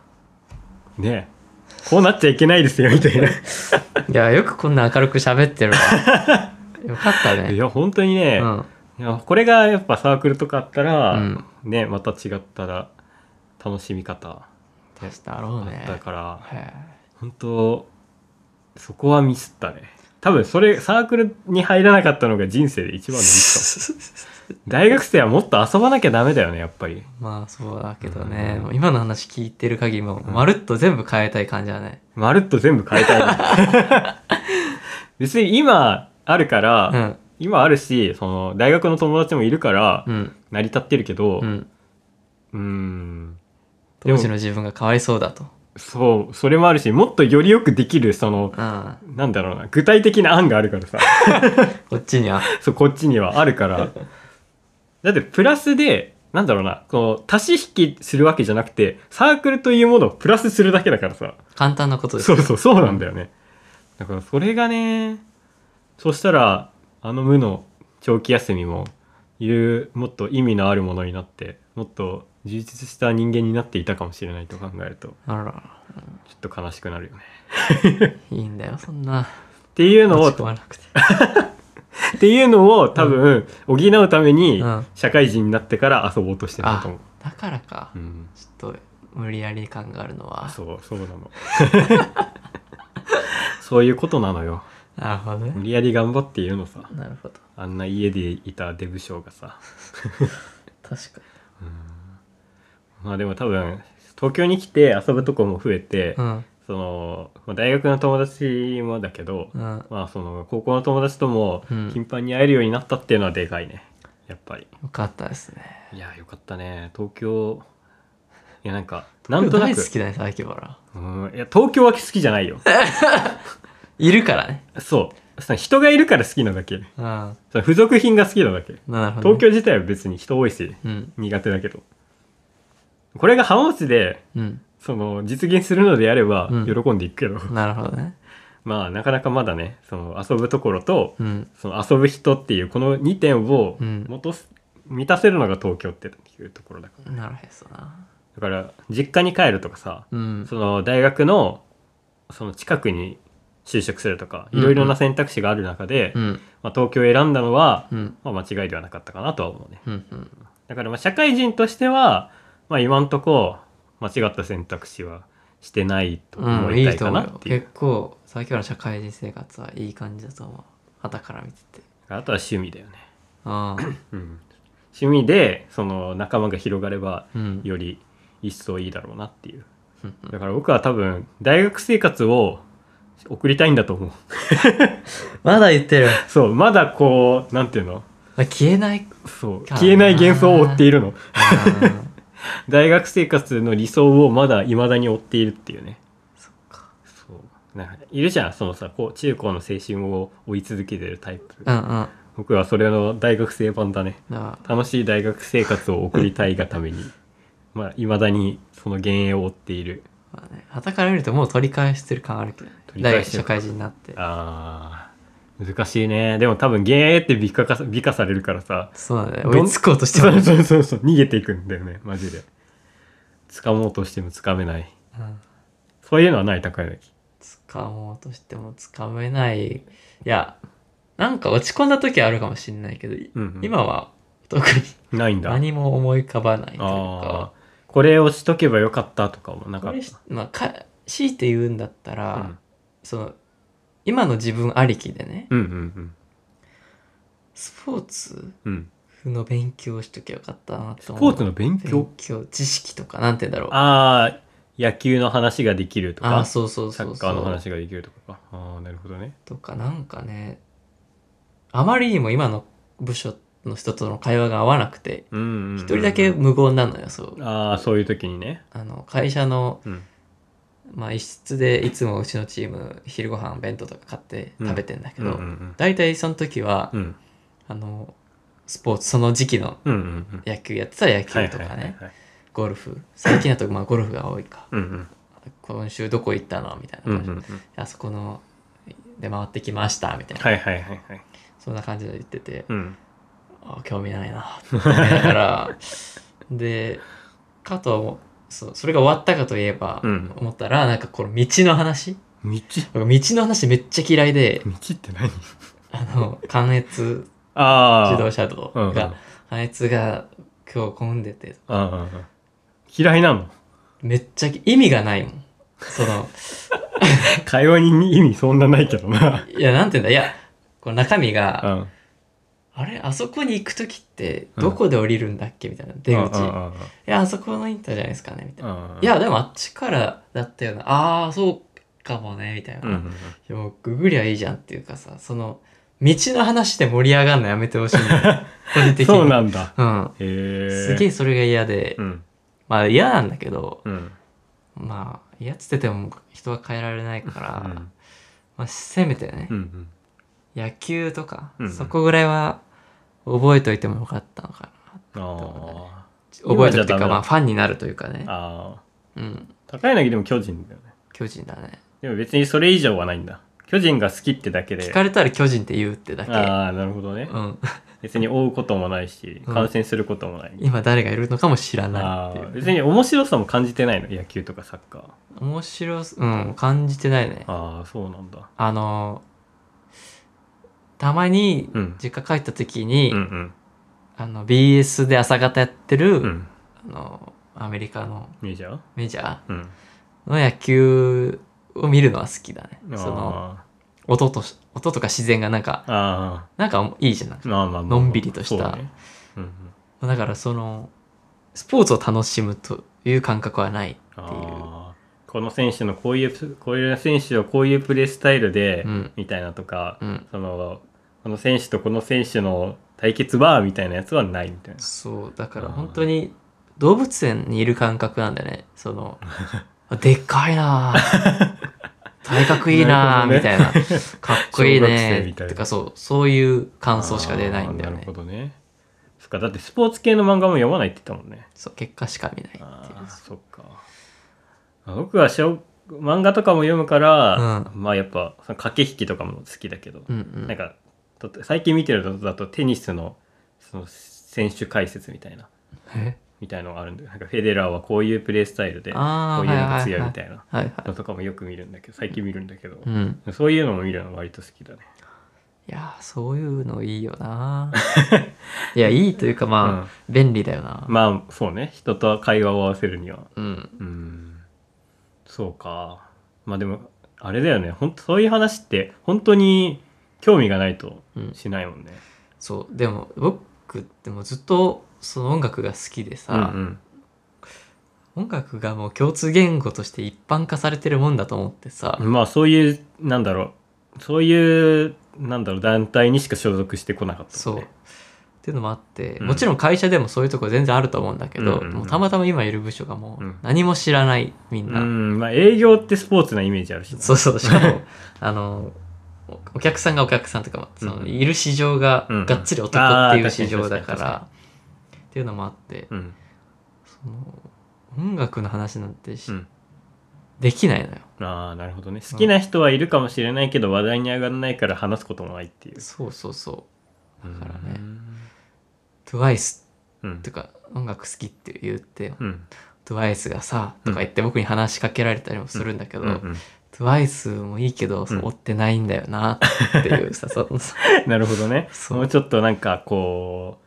[SPEAKER 2] ねえこうなっちゃいけないですよみ
[SPEAKER 1] (laughs)
[SPEAKER 2] たいな。
[SPEAKER 1] いやよくこんな明るく喋ってるわよかったね
[SPEAKER 2] いや本当にね、
[SPEAKER 1] うん
[SPEAKER 2] いやこれがやっぱサークルとかあったら、
[SPEAKER 1] うん
[SPEAKER 2] ねまた違ったら楽しみ方
[SPEAKER 1] 確かだろ
[SPEAKER 2] あ
[SPEAKER 1] う
[SPEAKER 2] っ
[SPEAKER 1] ね
[SPEAKER 2] たから、
[SPEAKER 1] へ
[SPEAKER 2] 本当そこはミスったね多分それサークルに入らなかったのが人生で一番のミスか
[SPEAKER 1] (laughs)
[SPEAKER 2] も大学生はもっと遊ばなきゃダメだよねやっぱり
[SPEAKER 1] え (laughs) まあそうだけどね、
[SPEAKER 2] うん
[SPEAKER 1] もう今の話聞いてる限りもうまるっと全部変えたい感じだね
[SPEAKER 2] まるっと全部変えたい
[SPEAKER 1] (laughs)
[SPEAKER 2] な別に今あるから、
[SPEAKER 1] うん
[SPEAKER 2] 今あるしその大学の友達もいるから
[SPEAKER 1] うん
[SPEAKER 2] 成り立ってるけど
[SPEAKER 1] うん
[SPEAKER 2] うーんで
[SPEAKER 1] 当
[SPEAKER 2] も
[SPEAKER 1] 時の自分がかわいそうだと
[SPEAKER 2] そうそれもあるしもっとよりよくできるその
[SPEAKER 1] うん
[SPEAKER 2] なんだろうな具体的な案があるから
[SPEAKER 1] (laughs)
[SPEAKER 2] さ
[SPEAKER 1] こっちには
[SPEAKER 2] そうこっちにはあるからだってプラスでなんだろうなこの足し引きするわけじゃなくてサークルというものをプラスするだけだからさ
[SPEAKER 1] 簡単なことです
[SPEAKER 2] そ
[SPEAKER 1] よ
[SPEAKER 2] うそうそうなんだよねだからそれがねそしたらあの無の長期休みもいうもっと意味のあるものになってもっと充実した人間になっていたかもしれないと考えると
[SPEAKER 1] あら
[SPEAKER 2] ちょっと悲しくなるよね
[SPEAKER 1] いいんだよそんな
[SPEAKER 2] っていうのを
[SPEAKER 1] 落ち込まなくて
[SPEAKER 2] っていうのを多分補うために
[SPEAKER 1] うん
[SPEAKER 2] 社会人になってから遊ぼうとしてたと
[SPEAKER 1] あ
[SPEAKER 2] 思う、
[SPEAKER 1] だからか、
[SPEAKER 2] うん、
[SPEAKER 1] ちょっと無理やり感があるのは
[SPEAKER 2] そうそうなの (laughs) そういうことなのよ
[SPEAKER 1] なるほど
[SPEAKER 2] 無
[SPEAKER 1] ね
[SPEAKER 2] 理やり頑張っているのさ
[SPEAKER 1] なるほど
[SPEAKER 2] あんな家でいたデブ賞がさ
[SPEAKER 1] 確か
[SPEAKER 2] まあでも多分東京に来て遊ぶとこも増えて、
[SPEAKER 1] にうん
[SPEAKER 2] そのまあ大学の友達もだけど、
[SPEAKER 1] うん
[SPEAKER 2] まあその高校の友達とも
[SPEAKER 1] うん
[SPEAKER 2] 頻繁に会えるようになったっていうのはでかいねやっぱり
[SPEAKER 1] よかったですね
[SPEAKER 2] いやよかったね東京いやなんかなんとな
[SPEAKER 1] 大
[SPEAKER 2] く
[SPEAKER 1] 好きだね秋原
[SPEAKER 2] うんいや東京は好きじゃない
[SPEAKER 1] (laughs)
[SPEAKER 2] よ
[SPEAKER 1] いるからね
[SPEAKER 2] そうその人がいるから好きなだけ
[SPEAKER 1] うんな
[SPEAKER 2] その付属品が好きなだけ
[SPEAKER 1] るほど、ね、
[SPEAKER 2] 東京自体は別に人多いし
[SPEAKER 1] うん
[SPEAKER 2] 苦手だけどこれが浜松で
[SPEAKER 1] うん
[SPEAKER 2] その実現するのであれば
[SPEAKER 1] うん
[SPEAKER 2] 喜んでいくけど、
[SPEAKER 1] なるほどね
[SPEAKER 2] まあなかなかまだねその遊ぶところと
[SPEAKER 1] うん
[SPEAKER 2] その遊ぶ人っていうこの2点を
[SPEAKER 1] うん
[SPEAKER 2] 元す、満たせるのが東京っていうところだから
[SPEAKER 1] なるへそな
[SPEAKER 2] だから実家に帰るとかさ、
[SPEAKER 1] うん
[SPEAKER 2] その大学のその近くに就職するとかいろいろな選択肢がある中で、
[SPEAKER 1] うん
[SPEAKER 2] まあ、東京を選んだのは、
[SPEAKER 1] うん
[SPEAKER 2] まあ、間違いではなかったかなとは思うね
[SPEAKER 1] うんうん
[SPEAKER 2] だからまあ社会人としては、まあ、今んとこ間違った選択肢はしてないと
[SPEAKER 1] う
[SPEAKER 2] 思
[SPEAKER 1] ん、い
[SPEAKER 2] いた
[SPEAKER 1] い
[SPEAKER 2] い
[SPEAKER 1] と
[SPEAKER 2] か
[SPEAKER 1] 思う
[SPEAKER 2] な
[SPEAKER 1] よ
[SPEAKER 2] っていう,、
[SPEAKER 1] 結構さっきから社会人生活はいい感じだと思う肌から見てて
[SPEAKER 2] あとは趣味だよね、
[SPEAKER 1] ああ
[SPEAKER 2] うん、趣味でその仲間が広がれば
[SPEAKER 1] うん
[SPEAKER 2] より一層いいだろうなっていう
[SPEAKER 1] うんうん
[SPEAKER 2] だから僕は多分大学生活を送りたいんだと思う (laughs)
[SPEAKER 1] まだ言ってる
[SPEAKER 2] そうまだこうなんていうの
[SPEAKER 1] あ消えない
[SPEAKER 2] そう
[SPEAKER 1] かな
[SPEAKER 2] 消えない幻想を追っているの
[SPEAKER 1] ああ
[SPEAKER 2] 大学生活の理想をまだ未だに追っているっていうね
[SPEAKER 1] そっか
[SPEAKER 2] そうなんかいるじゃんそのさこう中高の青春を追い続けてるタイプ
[SPEAKER 1] うんうん
[SPEAKER 2] 僕はそれの大学生版だね
[SPEAKER 1] だから
[SPEAKER 2] 楽しい大学生活を送りたいがために (laughs) まあ未だにその幻影を追っている
[SPEAKER 1] まあね、はから見るともう取り返してる感あるけどね
[SPEAKER 2] 取り返
[SPEAKER 1] 大
[SPEAKER 2] してる
[SPEAKER 1] 社会人になって
[SPEAKER 2] あ難しいねでも多分ゲーって美化か美化されるからさ
[SPEAKER 1] そうだね
[SPEAKER 2] どん
[SPEAKER 1] 追いつこうとして
[SPEAKER 2] そ (laughs)
[SPEAKER 1] も、う
[SPEAKER 2] うんそうそうそう逃げていくんだよねマジで掴もうとしても掴めないそういうのはない高柳
[SPEAKER 1] 掴もうとしても掴めないいやなんか落ち込んだ時はあるかもしれないけど、
[SPEAKER 2] うんうん、
[SPEAKER 1] 今は特に
[SPEAKER 2] ないんだ
[SPEAKER 1] 何も思い浮かばないという
[SPEAKER 2] あ
[SPEAKER 1] か
[SPEAKER 2] ーこれをしとけばよかったとかもなか
[SPEAKER 1] こ
[SPEAKER 2] っ
[SPEAKER 1] れ
[SPEAKER 2] た、
[SPEAKER 1] まあ、か強いて言うんだったら、
[SPEAKER 2] うん、
[SPEAKER 1] その今の自分ありきでね
[SPEAKER 2] うんうん
[SPEAKER 1] スポーツ
[SPEAKER 2] うんうん
[SPEAKER 1] の勉強しときゃよかったな
[SPEAKER 2] ス
[SPEAKER 1] と
[SPEAKER 2] ポ
[SPEAKER 1] 思う
[SPEAKER 2] ーツの勉強
[SPEAKER 1] 勉強知識とかなんて言うんだろう
[SPEAKER 2] ああ野球の話ができると
[SPEAKER 1] あ
[SPEAKER 2] か
[SPEAKER 1] ーそうそうそうそう
[SPEAKER 2] サッカーの話ができるとかかああなるほどね
[SPEAKER 1] とかなんかねあまりにも今の部署の人との会話が合わなくて
[SPEAKER 2] うんうんうんうん
[SPEAKER 1] 一人だけ無言なのよそう
[SPEAKER 2] ああそういう時にね
[SPEAKER 1] あの会社の、
[SPEAKER 2] うん
[SPEAKER 1] まあ、一室でいつもうちのチーム昼ご飯弁当とか買って食べてんだけ
[SPEAKER 2] うんうん
[SPEAKER 1] ど
[SPEAKER 2] うん
[SPEAKER 1] 大体その時は、
[SPEAKER 2] うん
[SPEAKER 1] あのスポーツその時期の
[SPEAKER 2] うんうん
[SPEAKER 1] 野球やってたら野
[SPEAKER 2] は
[SPEAKER 1] 球
[SPEAKER 2] い
[SPEAKER 1] と
[SPEAKER 2] は
[SPEAKER 1] か
[SPEAKER 2] い
[SPEAKER 1] ね、
[SPEAKER 2] はいはい
[SPEAKER 1] ゴルフ最近だとまあゴルフが多いか
[SPEAKER 2] うんうん
[SPEAKER 1] 今週どこ行ったのみたいな
[SPEAKER 2] うんう
[SPEAKER 1] 感
[SPEAKER 2] ん
[SPEAKER 1] じ、
[SPEAKER 2] うん
[SPEAKER 1] あそこので回ってきましたみたいな、
[SPEAKER 2] はいはいはいはい
[SPEAKER 1] そんな感じで言ってて、
[SPEAKER 2] うん
[SPEAKER 1] あ興味ないなって思いながら (laughs) でかとそうそれが終わったかといえば、
[SPEAKER 2] うん
[SPEAKER 1] 思ったらなんかこの道の話
[SPEAKER 2] 道
[SPEAKER 1] 僕道の話めっちゃ嫌いで
[SPEAKER 2] 道って何
[SPEAKER 1] あの関越
[SPEAKER 2] ああ
[SPEAKER 1] 自動車道
[SPEAKER 2] うんうん
[SPEAKER 1] が関越が今日混んでて
[SPEAKER 2] ああ嫌いなの
[SPEAKER 1] めっちゃ意味がないもんその
[SPEAKER 2] 会話に意味そんなないけどな
[SPEAKER 1] いやなんて言うんだいやこの中身が、
[SPEAKER 2] うん
[SPEAKER 1] あれあそこに行く時ってどこで降りるんだっけみたいな出口、
[SPEAKER 2] う
[SPEAKER 1] い
[SPEAKER 2] んうんうん
[SPEAKER 1] やあそこのインターじゃないですかねみたいな、
[SPEAKER 2] うんうん
[SPEAKER 1] いやでもあっちからだったよなああそうかもねみたいな、
[SPEAKER 2] うんうんうん
[SPEAKER 1] いやもうググりゃいいじゃんっていうかさその道の話で盛り上がるのやめてほしいん
[SPEAKER 2] (laughs)
[SPEAKER 1] だよ個人的に
[SPEAKER 2] そうなんだ
[SPEAKER 1] うん
[SPEAKER 2] へえ
[SPEAKER 1] すげえそれが嫌で、
[SPEAKER 2] うん
[SPEAKER 1] まあ嫌なんだけど
[SPEAKER 2] うん
[SPEAKER 1] まあ嫌っつってても人は変えられないから、
[SPEAKER 2] うん
[SPEAKER 1] まあ、せめてね、
[SPEAKER 2] うんうん
[SPEAKER 1] 野球とか、
[SPEAKER 2] うんうん
[SPEAKER 1] そこぐらいは覚えといてもよかったのかな
[SPEAKER 2] あ
[SPEAKER 1] 覚えとくっていう
[SPEAKER 2] 今じゃダメ
[SPEAKER 1] か
[SPEAKER 2] だ
[SPEAKER 1] まあファンになるというかね
[SPEAKER 2] あああ
[SPEAKER 1] うん
[SPEAKER 2] 高柳でも巨人だよね
[SPEAKER 1] 巨人だね
[SPEAKER 2] でも別にそれ以上はないんだ巨人が好きってだけで
[SPEAKER 1] 聞かれたら巨人って言うってだけ
[SPEAKER 2] ああなるほどね
[SPEAKER 1] うん、 (laughs)
[SPEAKER 2] 別に追うこともないし
[SPEAKER 1] うん
[SPEAKER 2] 観戦することもない、
[SPEAKER 1] 今誰がいるのかも知ら
[SPEAKER 2] あ
[SPEAKER 1] ないってい
[SPEAKER 2] ー
[SPEAKER 1] う
[SPEAKER 2] 別に面白さも感じてないの野球とかサッカー
[SPEAKER 1] 面白すうん感じてないねあ
[SPEAKER 2] ああそうなんだ
[SPEAKER 1] のたまに
[SPEAKER 2] うん
[SPEAKER 1] 実家帰った時に、
[SPEAKER 2] うん
[SPEAKER 1] あの BS で朝方やってる、
[SPEAKER 2] うんうん
[SPEAKER 1] あのアメリカの
[SPEAKER 2] メジャー
[SPEAKER 1] メジャ
[SPEAKER 2] うん
[SPEAKER 1] ーの野球を見るのは好きだねその
[SPEAKER 2] あ
[SPEAKER 1] 音とし音とか自然がなんか
[SPEAKER 2] ーあ
[SPEAKER 1] なんかいいじゃんなんか
[SPEAKER 2] ーまあまあまあまあ
[SPEAKER 1] のんびりとした
[SPEAKER 2] そうねうんうん
[SPEAKER 1] だからそのスポーツを楽しむという感覚はないっていう
[SPEAKER 2] あーこの選手のこういうこういう選手をこういうプレースタイルで、
[SPEAKER 1] うん
[SPEAKER 2] みたいなとか、
[SPEAKER 1] うん
[SPEAKER 2] そのこの選手とこの選手の対決はみたいなやつはないみたいな
[SPEAKER 1] そうだから本当に動物園にいる感覚なんだよねそ
[SPEAKER 2] (laughs)
[SPEAKER 1] のでっかいなあ体格いいなあ
[SPEAKER 2] なる
[SPEAKER 1] み
[SPEAKER 2] ほど
[SPEAKER 1] た
[SPEAKER 2] ね
[SPEAKER 1] いなかっこいい
[SPEAKER 2] 小学生み
[SPEAKER 1] ね
[SPEAKER 2] たいな
[SPEAKER 1] とかそうそういう感想しか出ないんだよ
[SPEAKER 2] あーなる
[SPEAKER 1] ね
[SPEAKER 2] ほどねそっかだってスポーツ系の漫画も読まないって言ったもんね
[SPEAKER 1] そう結果しか見ないっていう
[SPEAKER 2] ああそっかあ僕は小漫画とかも読むから、まあやっぱその駆け引きとかも好きだけど、
[SPEAKER 1] うんうん
[SPEAKER 2] なんかと最近見てるのだとテニスのその選手解説みたいな
[SPEAKER 1] え
[SPEAKER 2] みたいのがあるんでなんかフェデラーはこういうプレースタイルでこういう
[SPEAKER 1] あー
[SPEAKER 2] のが強いみたいな
[SPEAKER 1] はいはい
[SPEAKER 2] のとかもよく見るんだけど最近見るんだけど、
[SPEAKER 1] うん
[SPEAKER 2] そういうのも見るの割と好きだね。
[SPEAKER 1] いやーそういうのいいよ
[SPEAKER 2] (laughs)
[SPEAKER 1] ないやいいというかまあ、便利だよな
[SPEAKER 2] まあそうね人と会話を合わせるには
[SPEAKER 1] うん
[SPEAKER 2] うんそうかまあでもあれだよね本当そういう話って本当に興味がないと
[SPEAKER 1] うん
[SPEAKER 2] しないもんね。
[SPEAKER 1] そうでも僕でもずっとその音楽が好きで
[SPEAKER 2] うんう
[SPEAKER 1] さ、
[SPEAKER 2] ん
[SPEAKER 1] 音楽がもう共通言語として一般化されてるもんだと思ってさ、
[SPEAKER 2] まあそういうなんだろうそういうなんだろう団体にしか所属してこなかった
[SPEAKER 1] そ
[SPEAKER 2] もん
[SPEAKER 1] うっ
[SPEAKER 2] ね。
[SPEAKER 1] ていうのもあって、
[SPEAKER 2] うん
[SPEAKER 1] もちろん会社でもそういうとこ全然あると思うんだけど、
[SPEAKER 2] うんうんうん
[SPEAKER 1] もうたまたま今いる部署がもううん何も知らないみん
[SPEAKER 2] う
[SPEAKER 1] な、
[SPEAKER 2] んまあ営業ってスポーツなイメージあるしな
[SPEAKER 1] そうそうしか
[SPEAKER 2] (laughs)
[SPEAKER 1] もあのおお客さんがお客さんとかもその、
[SPEAKER 2] うん
[SPEAKER 1] いる市場が
[SPEAKER 2] うん
[SPEAKER 1] がっつり男ってい
[SPEAKER 2] あ
[SPEAKER 1] う
[SPEAKER 2] ー
[SPEAKER 1] 市場だか、
[SPEAKER 2] 確かに確から
[SPEAKER 1] っていうのもあって、
[SPEAKER 2] うん
[SPEAKER 1] その音楽の話なんてし
[SPEAKER 2] うん
[SPEAKER 1] できないのよ
[SPEAKER 2] ああなるほどね好きな人はいるかもしれないけど話題に上がらないから話すこともないっていう
[SPEAKER 1] そうそうそうだから
[SPEAKER 2] う
[SPEAKER 1] ね
[SPEAKER 2] ん
[SPEAKER 1] TWICE
[SPEAKER 2] うん
[SPEAKER 1] とか音楽好きって言って
[SPEAKER 2] うん、
[SPEAKER 1] TWICE がさとか言って僕に話しかけられたりもするんだけど、
[SPEAKER 2] うんうん
[SPEAKER 1] TWICE もいいけど、そう
[SPEAKER 2] うん
[SPEAKER 1] 追ってないんだよなっていうさその
[SPEAKER 2] (laughs) なるほどね
[SPEAKER 1] そう
[SPEAKER 2] もうちょっとなんかこ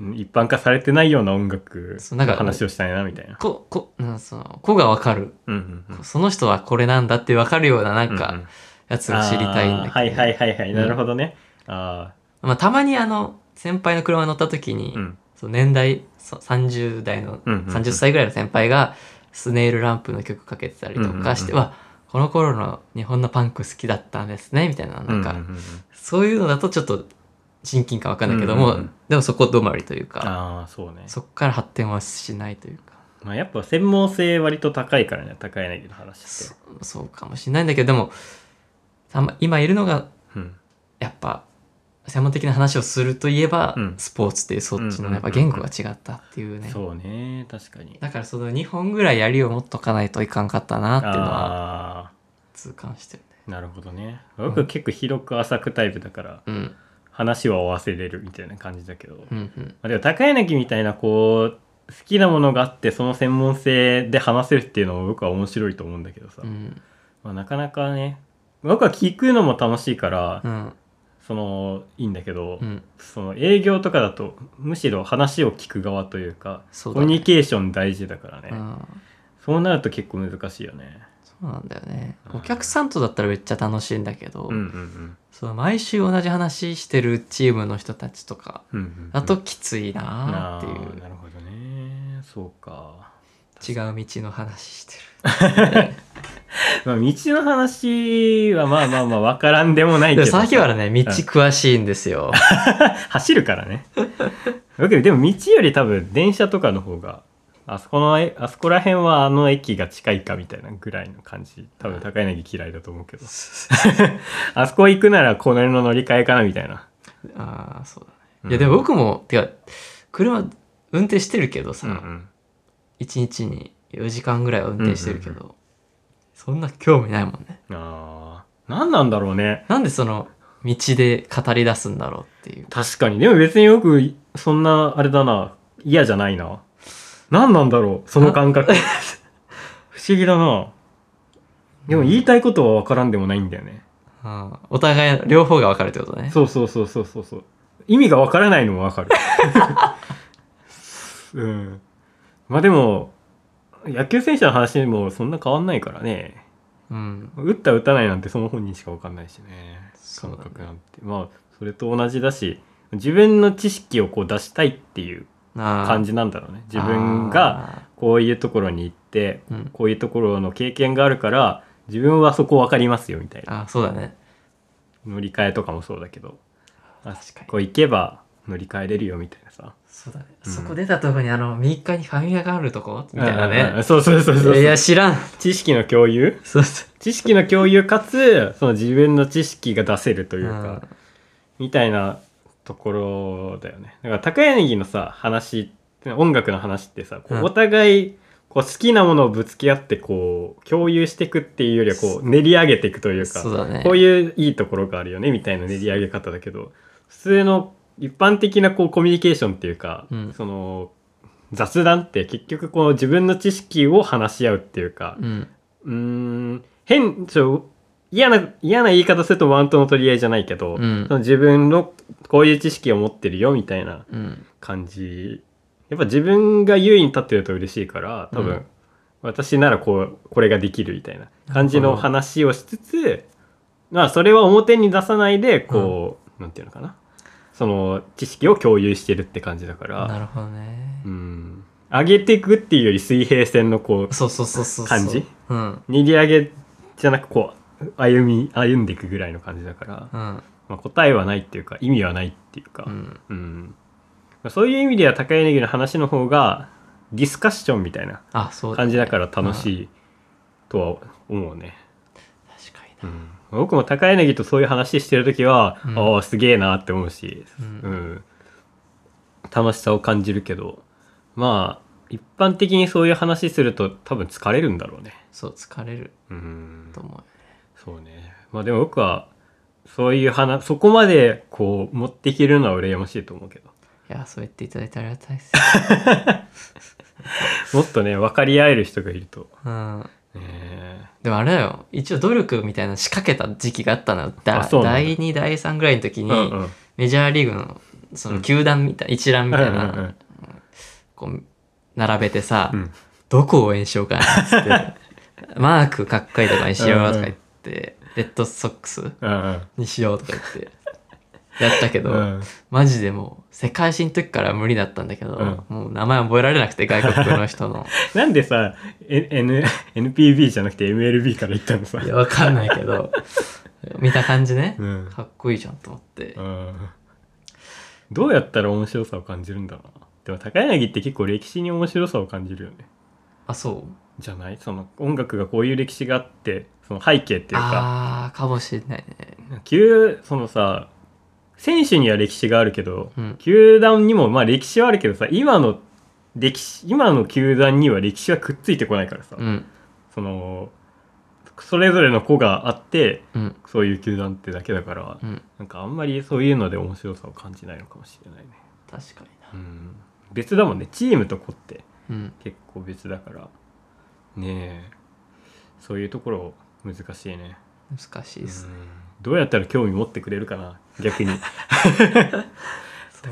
[SPEAKER 2] うん一般化されてないような音楽
[SPEAKER 1] そうな
[SPEAKER 2] の
[SPEAKER 1] んか
[SPEAKER 2] 話をしたいなみたいな
[SPEAKER 1] ここなんその子がわかる、
[SPEAKER 2] うんうんうん
[SPEAKER 1] その人はこれなんだってわかるようななん
[SPEAKER 2] うんう
[SPEAKER 1] か
[SPEAKER 2] ん
[SPEAKER 1] やつを知りたいんだけど、
[SPEAKER 2] あーはいはいはいはい、
[SPEAKER 1] うん
[SPEAKER 2] なるほどねあ
[SPEAKER 1] まあ、たまにあの先輩の車に乗った時に、
[SPEAKER 2] あうん
[SPEAKER 1] その年代そ30代の、
[SPEAKER 2] うんうんうん
[SPEAKER 1] 30歳ぐらいの先輩がスネイルランプの曲かけてたりとかして、
[SPEAKER 2] うんうん
[SPEAKER 1] わこの頃の日本のパンク好きだったんですねみたいななんか、
[SPEAKER 2] ううう
[SPEAKER 1] そういうのだとちょっと親近感わかんないけども、
[SPEAKER 2] うんうんうん
[SPEAKER 1] でもそこ止まりというか
[SPEAKER 2] ああそうね
[SPEAKER 1] そこから発展はしないというか
[SPEAKER 2] まあやっぱ専門性割と高いからね高柳の話っ
[SPEAKER 1] そ
[SPEAKER 2] て
[SPEAKER 1] そうかもしれないんだけどでもたま今いるのが
[SPEAKER 2] うん
[SPEAKER 1] やっぱ専門的な話をするといえば、
[SPEAKER 2] うん
[SPEAKER 1] スポーツっていうそっちのやっぱ
[SPEAKER 2] うんうん
[SPEAKER 1] 言
[SPEAKER 2] うんうん
[SPEAKER 1] 語が違ったっていうね、
[SPEAKER 2] そうね確かに
[SPEAKER 1] だからその2本ぐらい槍を持っとかないといかんかったなっていうのは
[SPEAKER 2] あ
[SPEAKER 1] 痛感してるね。
[SPEAKER 2] あなるほどね
[SPEAKER 1] う
[SPEAKER 2] 僕
[SPEAKER 1] ん
[SPEAKER 2] 結構広く浅くタイプだから
[SPEAKER 1] うん、
[SPEAKER 2] 話は忘れるみたいな感じだけど、
[SPEAKER 1] う
[SPEAKER 2] ま
[SPEAKER 1] ん、うん。
[SPEAKER 2] あ、でも高柳みたいなこう好きなものがあってその専門性で話せるっていうのも僕は面白いと思うんだけどさ、
[SPEAKER 1] うん、
[SPEAKER 2] まあ、なかなかね僕は聞くのも楽しいから、
[SPEAKER 1] うん、
[SPEAKER 2] そのいいんだけど、
[SPEAKER 1] うん。
[SPEAKER 2] その営業とかだとむしろ話を聞く側というか
[SPEAKER 1] そう
[SPEAKER 2] コ
[SPEAKER 1] だ
[SPEAKER 2] ミュ
[SPEAKER 1] ね
[SPEAKER 2] ニ。ケーション大事だからね、
[SPEAKER 1] うん、
[SPEAKER 2] そうなると結構難しいよね
[SPEAKER 1] そうなんだよね。
[SPEAKER 2] う
[SPEAKER 1] お
[SPEAKER 2] ん
[SPEAKER 1] 客さんとだったらめっちゃ楽しいんだけど、
[SPEAKER 2] うんうん
[SPEAKER 1] その毎週同じ話してるチームの人たちとか
[SPEAKER 2] うんうんうん
[SPEAKER 1] だときつい
[SPEAKER 2] あ
[SPEAKER 1] なーっ
[SPEAKER 2] ー
[SPEAKER 1] ていう
[SPEAKER 2] なるほどねそうか、
[SPEAKER 1] 違う道の話して
[SPEAKER 2] まあ、道の話はまあまあまあ分からんでもない
[SPEAKER 1] る。
[SPEAKER 2] け
[SPEAKER 1] で
[SPEAKER 2] どさ
[SPEAKER 1] 榊原ね道詳しいんですよ。
[SPEAKER 2] 走るからね僕でも道より多分電車とかの方があそこのえあそこら辺はあの駅が近いかみたいなぐらいの感じ多分高柳嫌いだと思
[SPEAKER 1] (laughs)
[SPEAKER 2] うけどあそこ行くならこの辺の乗り換えかなみたいな
[SPEAKER 1] ああそうだね。
[SPEAKER 2] うん
[SPEAKER 1] いやでも僕もてか車運転してるけどさ、
[SPEAKER 2] うんうん
[SPEAKER 1] 1日に4時間ぐらいは運転してるけど、
[SPEAKER 2] うん
[SPEAKER 1] そんな興味ないもんね
[SPEAKER 2] あー何なんだろうね
[SPEAKER 1] なんでその道で語り出すんだろうっていう
[SPEAKER 2] 確かにでも別によくそんなあれだな嫌じゃないな何なんだろうその
[SPEAKER 1] (laughs)
[SPEAKER 2] 感覚不思議だなでも言いたいことは分からんでもないんだよね、
[SPEAKER 1] ああお互い両方が分かるってことね
[SPEAKER 2] そうそうそうそうそうそう意味が分からないのも分かる (laughs) うんまあでも野球選手の話もそんな変わんないからね
[SPEAKER 1] うん
[SPEAKER 2] 打った打たないなんてその本人しか分かんないしね
[SPEAKER 1] そう
[SPEAKER 2] 感
[SPEAKER 1] だね
[SPEAKER 2] 覚なんて、まあそれと同じだし自分の知識をこう出したいっていう
[SPEAKER 1] ああ
[SPEAKER 2] 感じなんだろうね自分がこういうところに行って
[SPEAKER 1] あーうん
[SPEAKER 2] こういうところの経験があるから自分はそこ分かりますよみたいな
[SPEAKER 1] あーそうだね
[SPEAKER 2] 乗り換えとかもそうだけどあ
[SPEAKER 1] 確かに
[SPEAKER 2] こう行けば乗り換えれるよみたいなさ
[SPEAKER 1] そうだね、
[SPEAKER 2] うん
[SPEAKER 1] そこ出たとこにあの右側にファミマがあるとこみたいな
[SPEAKER 2] うんうんうん
[SPEAKER 1] ね
[SPEAKER 2] そうそうそうそう
[SPEAKER 1] いや知らん
[SPEAKER 2] 知識の共有
[SPEAKER 1] そうそう
[SPEAKER 2] 知識の共有かつその自分の知識が出せるというか、
[SPEAKER 1] うん
[SPEAKER 2] みたいなところだよね。だから高柳のさ話音楽の話ってさこ
[SPEAKER 1] う
[SPEAKER 2] うんお互いこう好きなものをぶつけ合ってこう共有していくっていうよりはこう練り上げていくというか
[SPEAKER 1] そうだね
[SPEAKER 2] こういういいところがあるよねみたいな練り上げ方だけど普通の一般的なこうコミュニケーションっていうか、
[SPEAKER 1] うん
[SPEAKER 2] その雑談って結局こう自分の知識を話し合うっていうか、
[SPEAKER 1] うん
[SPEAKER 2] うーん変ちょ嫌な嫌な言い方するとマウントの取り合いじゃないけど、
[SPEAKER 1] うん
[SPEAKER 2] その自分のこういう知識を持ってるよみたいな
[SPEAKER 1] うん
[SPEAKER 2] 感じやっぱ自分が優位に立ってると嬉しいから多分、
[SPEAKER 1] うん
[SPEAKER 2] 私ならこうこれができるみたいな感じ
[SPEAKER 1] なる
[SPEAKER 2] の
[SPEAKER 1] ほど
[SPEAKER 2] 話をしつつまあそれは表に出さないでこう、なんていうのかなその知識を共有してるって感じだから
[SPEAKER 1] なるほどね、
[SPEAKER 2] うん上げていくっていうより水平線のこう
[SPEAKER 1] そうそうそうそうそう
[SPEAKER 2] 感じ
[SPEAKER 1] うん
[SPEAKER 2] 練り上げじゃなくこう歩み歩んでいくぐらいの感じだから、
[SPEAKER 1] うん
[SPEAKER 2] まあ、答えはないっていうか意味はないっていうか、
[SPEAKER 1] う
[SPEAKER 2] うん
[SPEAKER 1] ん
[SPEAKER 2] まあそういう意味では高柳の話の方がディスカッションみたいな
[SPEAKER 1] あそう
[SPEAKER 2] 感じだから楽
[SPEAKER 1] い
[SPEAKER 2] しいとは思うね、
[SPEAKER 1] 確かにな
[SPEAKER 2] うん僕も高柳とそういう話してる時は、
[SPEAKER 1] うん
[SPEAKER 2] ああすげえなって思うし、
[SPEAKER 1] う
[SPEAKER 2] うんん楽しさを感じるけどまあ一般的にそういう話すると多分疲れるんだろうね
[SPEAKER 1] そう疲れる
[SPEAKER 2] うん
[SPEAKER 1] と思うよね
[SPEAKER 2] そうねまあでも僕はそういう話そこまでこう持っていけるのは羨ましいと思うけど
[SPEAKER 1] いやそう言っていただいてありがたいです
[SPEAKER 2] もっとね分かり合える人がいると
[SPEAKER 1] うん
[SPEAKER 2] ね
[SPEAKER 1] でもあれだよ一応努力みたいなの仕掛けた時期があったのよだ
[SPEAKER 2] あそうなんだ
[SPEAKER 1] 第2第3ぐらいの時
[SPEAKER 2] う
[SPEAKER 1] に、
[SPEAKER 2] んうん
[SPEAKER 1] メジャーリーグのその球団みたい、一覧みたいな、
[SPEAKER 2] うんうんうん
[SPEAKER 1] こう並べてさ、
[SPEAKER 2] うん
[SPEAKER 1] どこを応援しようかなっつって
[SPEAKER 2] (laughs)
[SPEAKER 1] マークかっこいいとかにしようとか言って、レッドソックス
[SPEAKER 2] うん
[SPEAKER 1] にしようとか言ってやったけ
[SPEAKER 2] う
[SPEAKER 1] ど、
[SPEAKER 2] んうん
[SPEAKER 1] マジでもう世界史の時から無理だったんだけど、
[SPEAKER 2] うん
[SPEAKER 1] もう名前覚えられなくて外国の人
[SPEAKER 2] (laughs)
[SPEAKER 1] の
[SPEAKER 2] なんでさ、N N、NPB じゃなくて MLB から言ったのさ
[SPEAKER 1] いやわかんないけど (laughs) 見た感じね、
[SPEAKER 2] うん
[SPEAKER 1] かっこいいじゃんと思って、
[SPEAKER 2] うんどうやったら面白さを感じるんだろうなでも高柳って結構歴史に面白さを感じるよね
[SPEAKER 1] あそう
[SPEAKER 2] じゃないその音楽がこういう歴史があってその背景っていう
[SPEAKER 1] あ
[SPEAKER 2] か
[SPEAKER 1] ーかもしれないね
[SPEAKER 2] 球そのさ選手には歴史があるけど、
[SPEAKER 1] うん
[SPEAKER 2] 球団にもまあ歴史はあるけどさ今の歴史今の球団には歴史はくっついてこないからさ、
[SPEAKER 1] うん
[SPEAKER 2] そのそれぞれの子があって
[SPEAKER 1] うん
[SPEAKER 2] そういう球団ってだけだから、
[SPEAKER 1] うん
[SPEAKER 2] なんかあんまりそういうので面白さを感じないのかもしれないね、
[SPEAKER 1] 確かにな
[SPEAKER 2] うん、別だもんねチームと子って
[SPEAKER 1] うん
[SPEAKER 2] 結構別だからねえそういうところ難しいね
[SPEAKER 1] 難しいですね、
[SPEAKER 2] うんどうやったら興味持ってくれるかな
[SPEAKER 1] (laughs)
[SPEAKER 2] 逆に
[SPEAKER 1] そう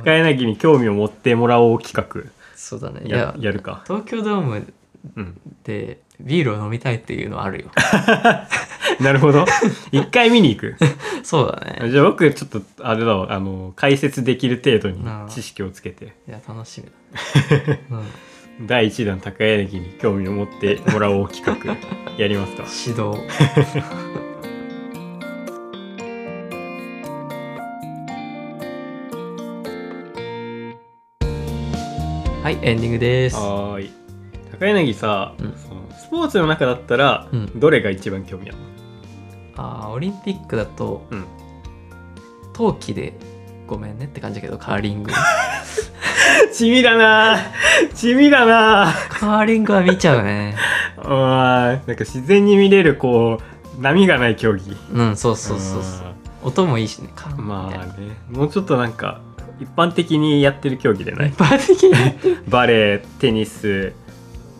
[SPEAKER 2] 高柳に興味を持ってもらおう企
[SPEAKER 1] そうだね
[SPEAKER 2] 画
[SPEAKER 1] い
[SPEAKER 2] や
[SPEAKER 1] や
[SPEAKER 2] やるか、
[SPEAKER 1] 東京ドーム
[SPEAKER 2] うん、
[SPEAKER 1] でビールを飲みたいっていうのはある
[SPEAKER 2] (laughs)
[SPEAKER 1] よ
[SPEAKER 2] なるほど一回見に
[SPEAKER 1] (laughs)
[SPEAKER 2] 行く
[SPEAKER 1] そうだね
[SPEAKER 2] じゃあ僕ちょっとあれだわあの解説できる程度
[SPEAKER 1] ああ
[SPEAKER 2] に知識をつけて
[SPEAKER 1] いや楽しみだ、
[SPEAKER 2] (laughs)
[SPEAKER 1] ねうん、
[SPEAKER 2] 第1弾高柳に興味を持ってもらおう
[SPEAKER 1] (laughs)
[SPEAKER 2] 企画やりますか
[SPEAKER 1] 指導 (laughs) はいエンディングです
[SPEAKER 2] はーい高柳さ、
[SPEAKER 1] うん
[SPEAKER 2] そのスポーツの中だったら、
[SPEAKER 1] うん
[SPEAKER 2] どれが一番興味ある (laughs)
[SPEAKER 1] あ
[SPEAKER 2] の
[SPEAKER 1] ーオリンピックだと、
[SPEAKER 2] うん
[SPEAKER 1] 冬季でごめんねって感じだけどカーリング (laughs)
[SPEAKER 2] 地味だなぁ地味だなぁ
[SPEAKER 1] カーリングは見ちゃうね
[SPEAKER 2] あーなんか自然に見れるこう波がない競技
[SPEAKER 1] うんそうそうそうそう音もいいしねカー
[SPEAKER 2] う
[SPEAKER 1] ン
[SPEAKER 2] んま
[SPEAKER 1] みたい
[SPEAKER 2] あ
[SPEAKER 1] な
[SPEAKER 2] ねもうちょっとなんか一般的にやってる競技でない
[SPEAKER 1] 一般的にやってる
[SPEAKER 2] バレーテニス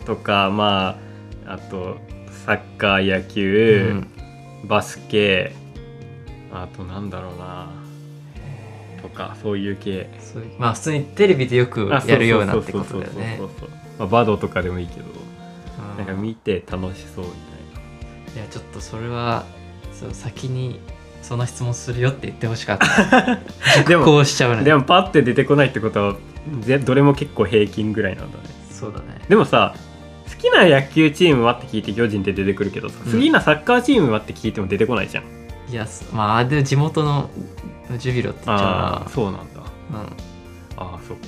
[SPEAKER 2] とかまああとサッカー野球、
[SPEAKER 1] うん
[SPEAKER 2] バスケあとなんだろうなとかそういう系
[SPEAKER 1] そういうまあ普通にテレビでよく
[SPEAKER 2] あ
[SPEAKER 1] やるようなってことだよね
[SPEAKER 2] そうそうそうそうそうそうまあバドとかでもいいけど
[SPEAKER 1] うん
[SPEAKER 2] なんか見て楽しそうみたい
[SPEAKER 1] いやちょっとそれはそう先にその質問するよって言ってほしかった (laughs)
[SPEAKER 2] でも
[SPEAKER 1] こうしちゃう
[SPEAKER 2] な、
[SPEAKER 1] ね
[SPEAKER 2] でもパッて出てこないってことはぜどれも結構平均ぐらいなんだね
[SPEAKER 1] そうだね
[SPEAKER 2] でもさ好きな野球チームはって聞いて巨人って出てくるけどさ、
[SPEAKER 1] うん
[SPEAKER 2] 好きなサッカーチームはって聞いても出てこないじゃん
[SPEAKER 1] いやすまあで地元のジュビロって言っちゃ
[SPEAKER 2] ああそうなんだ
[SPEAKER 1] うなうん
[SPEAKER 2] ああそっか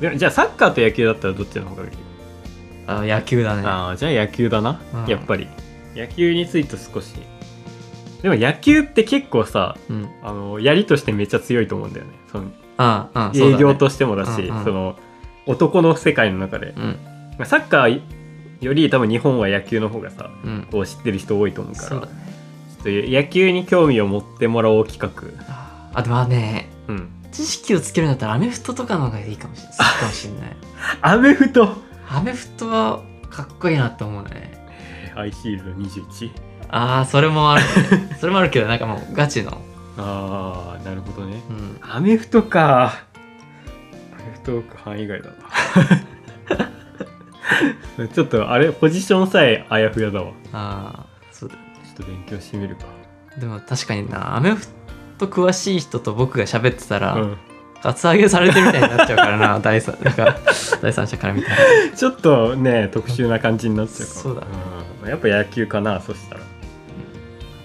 [SPEAKER 2] でじゃあサッカーと野球だったらどっちの方がいい、
[SPEAKER 1] あ野球だね
[SPEAKER 2] ああじゃあ野球だな、
[SPEAKER 1] うん
[SPEAKER 2] やっぱり野球について少しでも野球って結構さ
[SPEAKER 1] うん
[SPEAKER 2] あのやりとしてめっちゃ強いと思うんだよねその
[SPEAKER 1] ああそうだね
[SPEAKER 2] 営業としてもだし
[SPEAKER 1] うんうん
[SPEAKER 2] その男の世界の中で、
[SPEAKER 1] うん
[SPEAKER 2] まあサッカーより多分日本は野球の方がさ
[SPEAKER 1] うん
[SPEAKER 2] こう知ってる人多いと思うから
[SPEAKER 1] そうだね
[SPEAKER 2] ちょっと野球に興味を持ってもらおう企画
[SPEAKER 1] あーあでもね
[SPEAKER 2] うん
[SPEAKER 1] 知識をつけるんだったらアメフトとかの方がいいかもしれない好きかもしれない
[SPEAKER 2] アメフト
[SPEAKER 1] アメフトはかっこいいなと思うね
[SPEAKER 2] アイシールド21
[SPEAKER 1] ああそれもある、ね、 (laughs) それもあるけどなんかもうガチの
[SPEAKER 2] ああなるほどね
[SPEAKER 1] うん
[SPEAKER 2] アメフトかアメフト僕範囲外だな (laughs) ちょっとあれポジションさえあやふやだわ
[SPEAKER 1] ああそうだ
[SPEAKER 2] ちょっと勉強してみるか
[SPEAKER 1] でも確かになアメフト詳しい人と僕が喋ってたら、
[SPEAKER 2] うん
[SPEAKER 1] カツアゲされてるみたいになっちゃうからな (laughs) 第三なんか第三者から見たら
[SPEAKER 2] ちょっとね特殊な感じになっちゃうかも
[SPEAKER 1] そうだね
[SPEAKER 2] うんやっぱ野球かなそしたら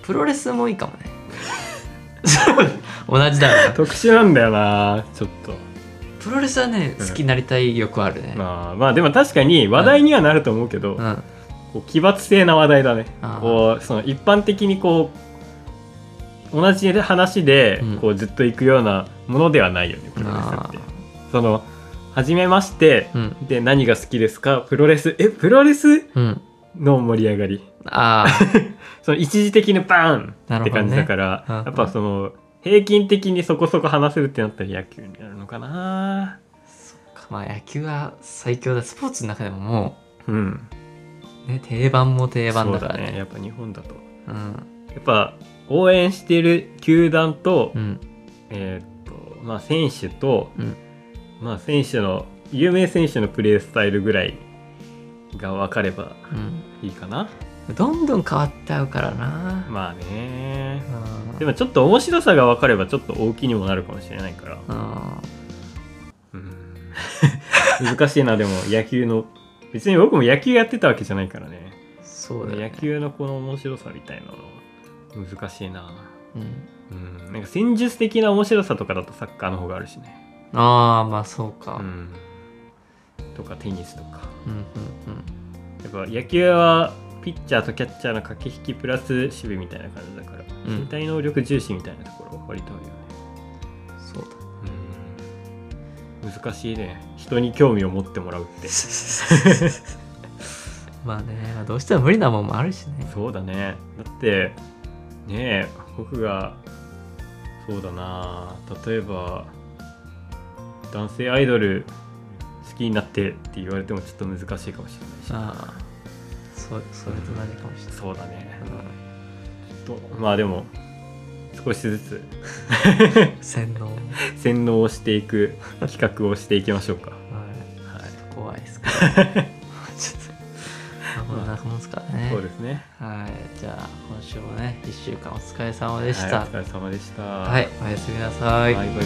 [SPEAKER 1] プロレスもいいかもね (laughs) 同じだな
[SPEAKER 2] 特殊なんだよなちょっと
[SPEAKER 1] プロレスはね
[SPEAKER 2] うん
[SPEAKER 1] 好きになりたい欲あるね、
[SPEAKER 2] まあまあでも確かに話題にはなると思うけど、
[SPEAKER 1] うんあ
[SPEAKER 2] こう奇抜性な話題だね
[SPEAKER 1] あー
[SPEAKER 2] こうその一般的にこう同じ話で
[SPEAKER 1] うん
[SPEAKER 2] こうずっと行くようなものではないよね、プロレスって
[SPEAKER 1] ー
[SPEAKER 2] その流初めまして、
[SPEAKER 1] うん
[SPEAKER 2] で何が好きですかプロレスえプロレス
[SPEAKER 1] うん
[SPEAKER 2] の盛り上がり
[SPEAKER 1] あ
[SPEAKER 2] その一時的にバーン
[SPEAKER 1] な
[SPEAKER 2] っ
[SPEAKER 1] る
[SPEAKER 2] て
[SPEAKER 1] ほどね
[SPEAKER 2] 感じだから、
[SPEAKER 1] うんうん
[SPEAKER 2] やっぱその平均的にそこそこ話せるってなったら野球になるのか
[SPEAKER 1] あ
[SPEAKER 2] な
[SPEAKER 1] (laughs) まあ野球は最強だスポーツの中でもも
[SPEAKER 2] うん
[SPEAKER 1] う、ね、定番も定番だから
[SPEAKER 2] そうだね
[SPEAKER 1] ね
[SPEAKER 2] やっぱ日本だと
[SPEAKER 1] うん
[SPEAKER 2] やっぱ応援している球団と、
[SPEAKER 1] うん
[SPEAKER 2] えーっとまあ選手と、
[SPEAKER 1] うん
[SPEAKER 2] まあ選手の有名選手のプレースタイルぐらいが分かれば
[SPEAKER 1] うん
[SPEAKER 2] いいかな
[SPEAKER 1] どんどん変わっちゃうからな、
[SPEAKER 2] まあね
[SPEAKER 1] うん
[SPEAKER 2] でもちょっと面白さが分かればちょっと大きいにもなるかもしれないから
[SPEAKER 1] うん
[SPEAKER 2] うん (laughs) 難しいなでも野球の別に僕も野球やってたわけじゃないからね
[SPEAKER 1] そうだよね
[SPEAKER 2] 野球のこの面白さみたいなの難しいな
[SPEAKER 1] うん
[SPEAKER 2] うんなんか戦術的な面白さとかだとサッカーの方があるしね、
[SPEAKER 1] ああまあそうか、う、
[SPEAKER 2] うんん、とかテニスとか
[SPEAKER 1] うん
[SPEAKER 2] やっぱ野球はピッチャーとキャッチャーの駆け引きプラス守備みたいな感じだから、
[SPEAKER 1] うん
[SPEAKER 2] 身体能力重視みたいなところは割とあるよね
[SPEAKER 1] うんうんそうだ
[SPEAKER 2] うん難しいね人に興味を持ってもらうって
[SPEAKER 1] まあね、まあどうしても無理なもんもあるしね
[SPEAKER 2] そうだねだってねえ僕がそうだな例えば男性アイドル好きになってって言われてもちょっと難しいかもしれないし
[SPEAKER 1] ああそそれと何かもしれない
[SPEAKER 2] そうだね
[SPEAKER 1] うん
[SPEAKER 2] とまあでも少しずつ
[SPEAKER 1] 洗脳は
[SPEAKER 2] 洗脳をしていく企画をしていきましょう
[SPEAKER 1] い
[SPEAKER 2] かはい
[SPEAKER 1] ちょっと怖いですからちょっとまあこんなもんですからね
[SPEAKER 2] そうですね
[SPEAKER 1] はいじゃあ今週もね1週間お疲れ様
[SPEAKER 2] で
[SPEAKER 1] でした
[SPEAKER 2] お疲れ様でした
[SPEAKER 1] はい、おやすみなさい
[SPEAKER 2] はいバイバイ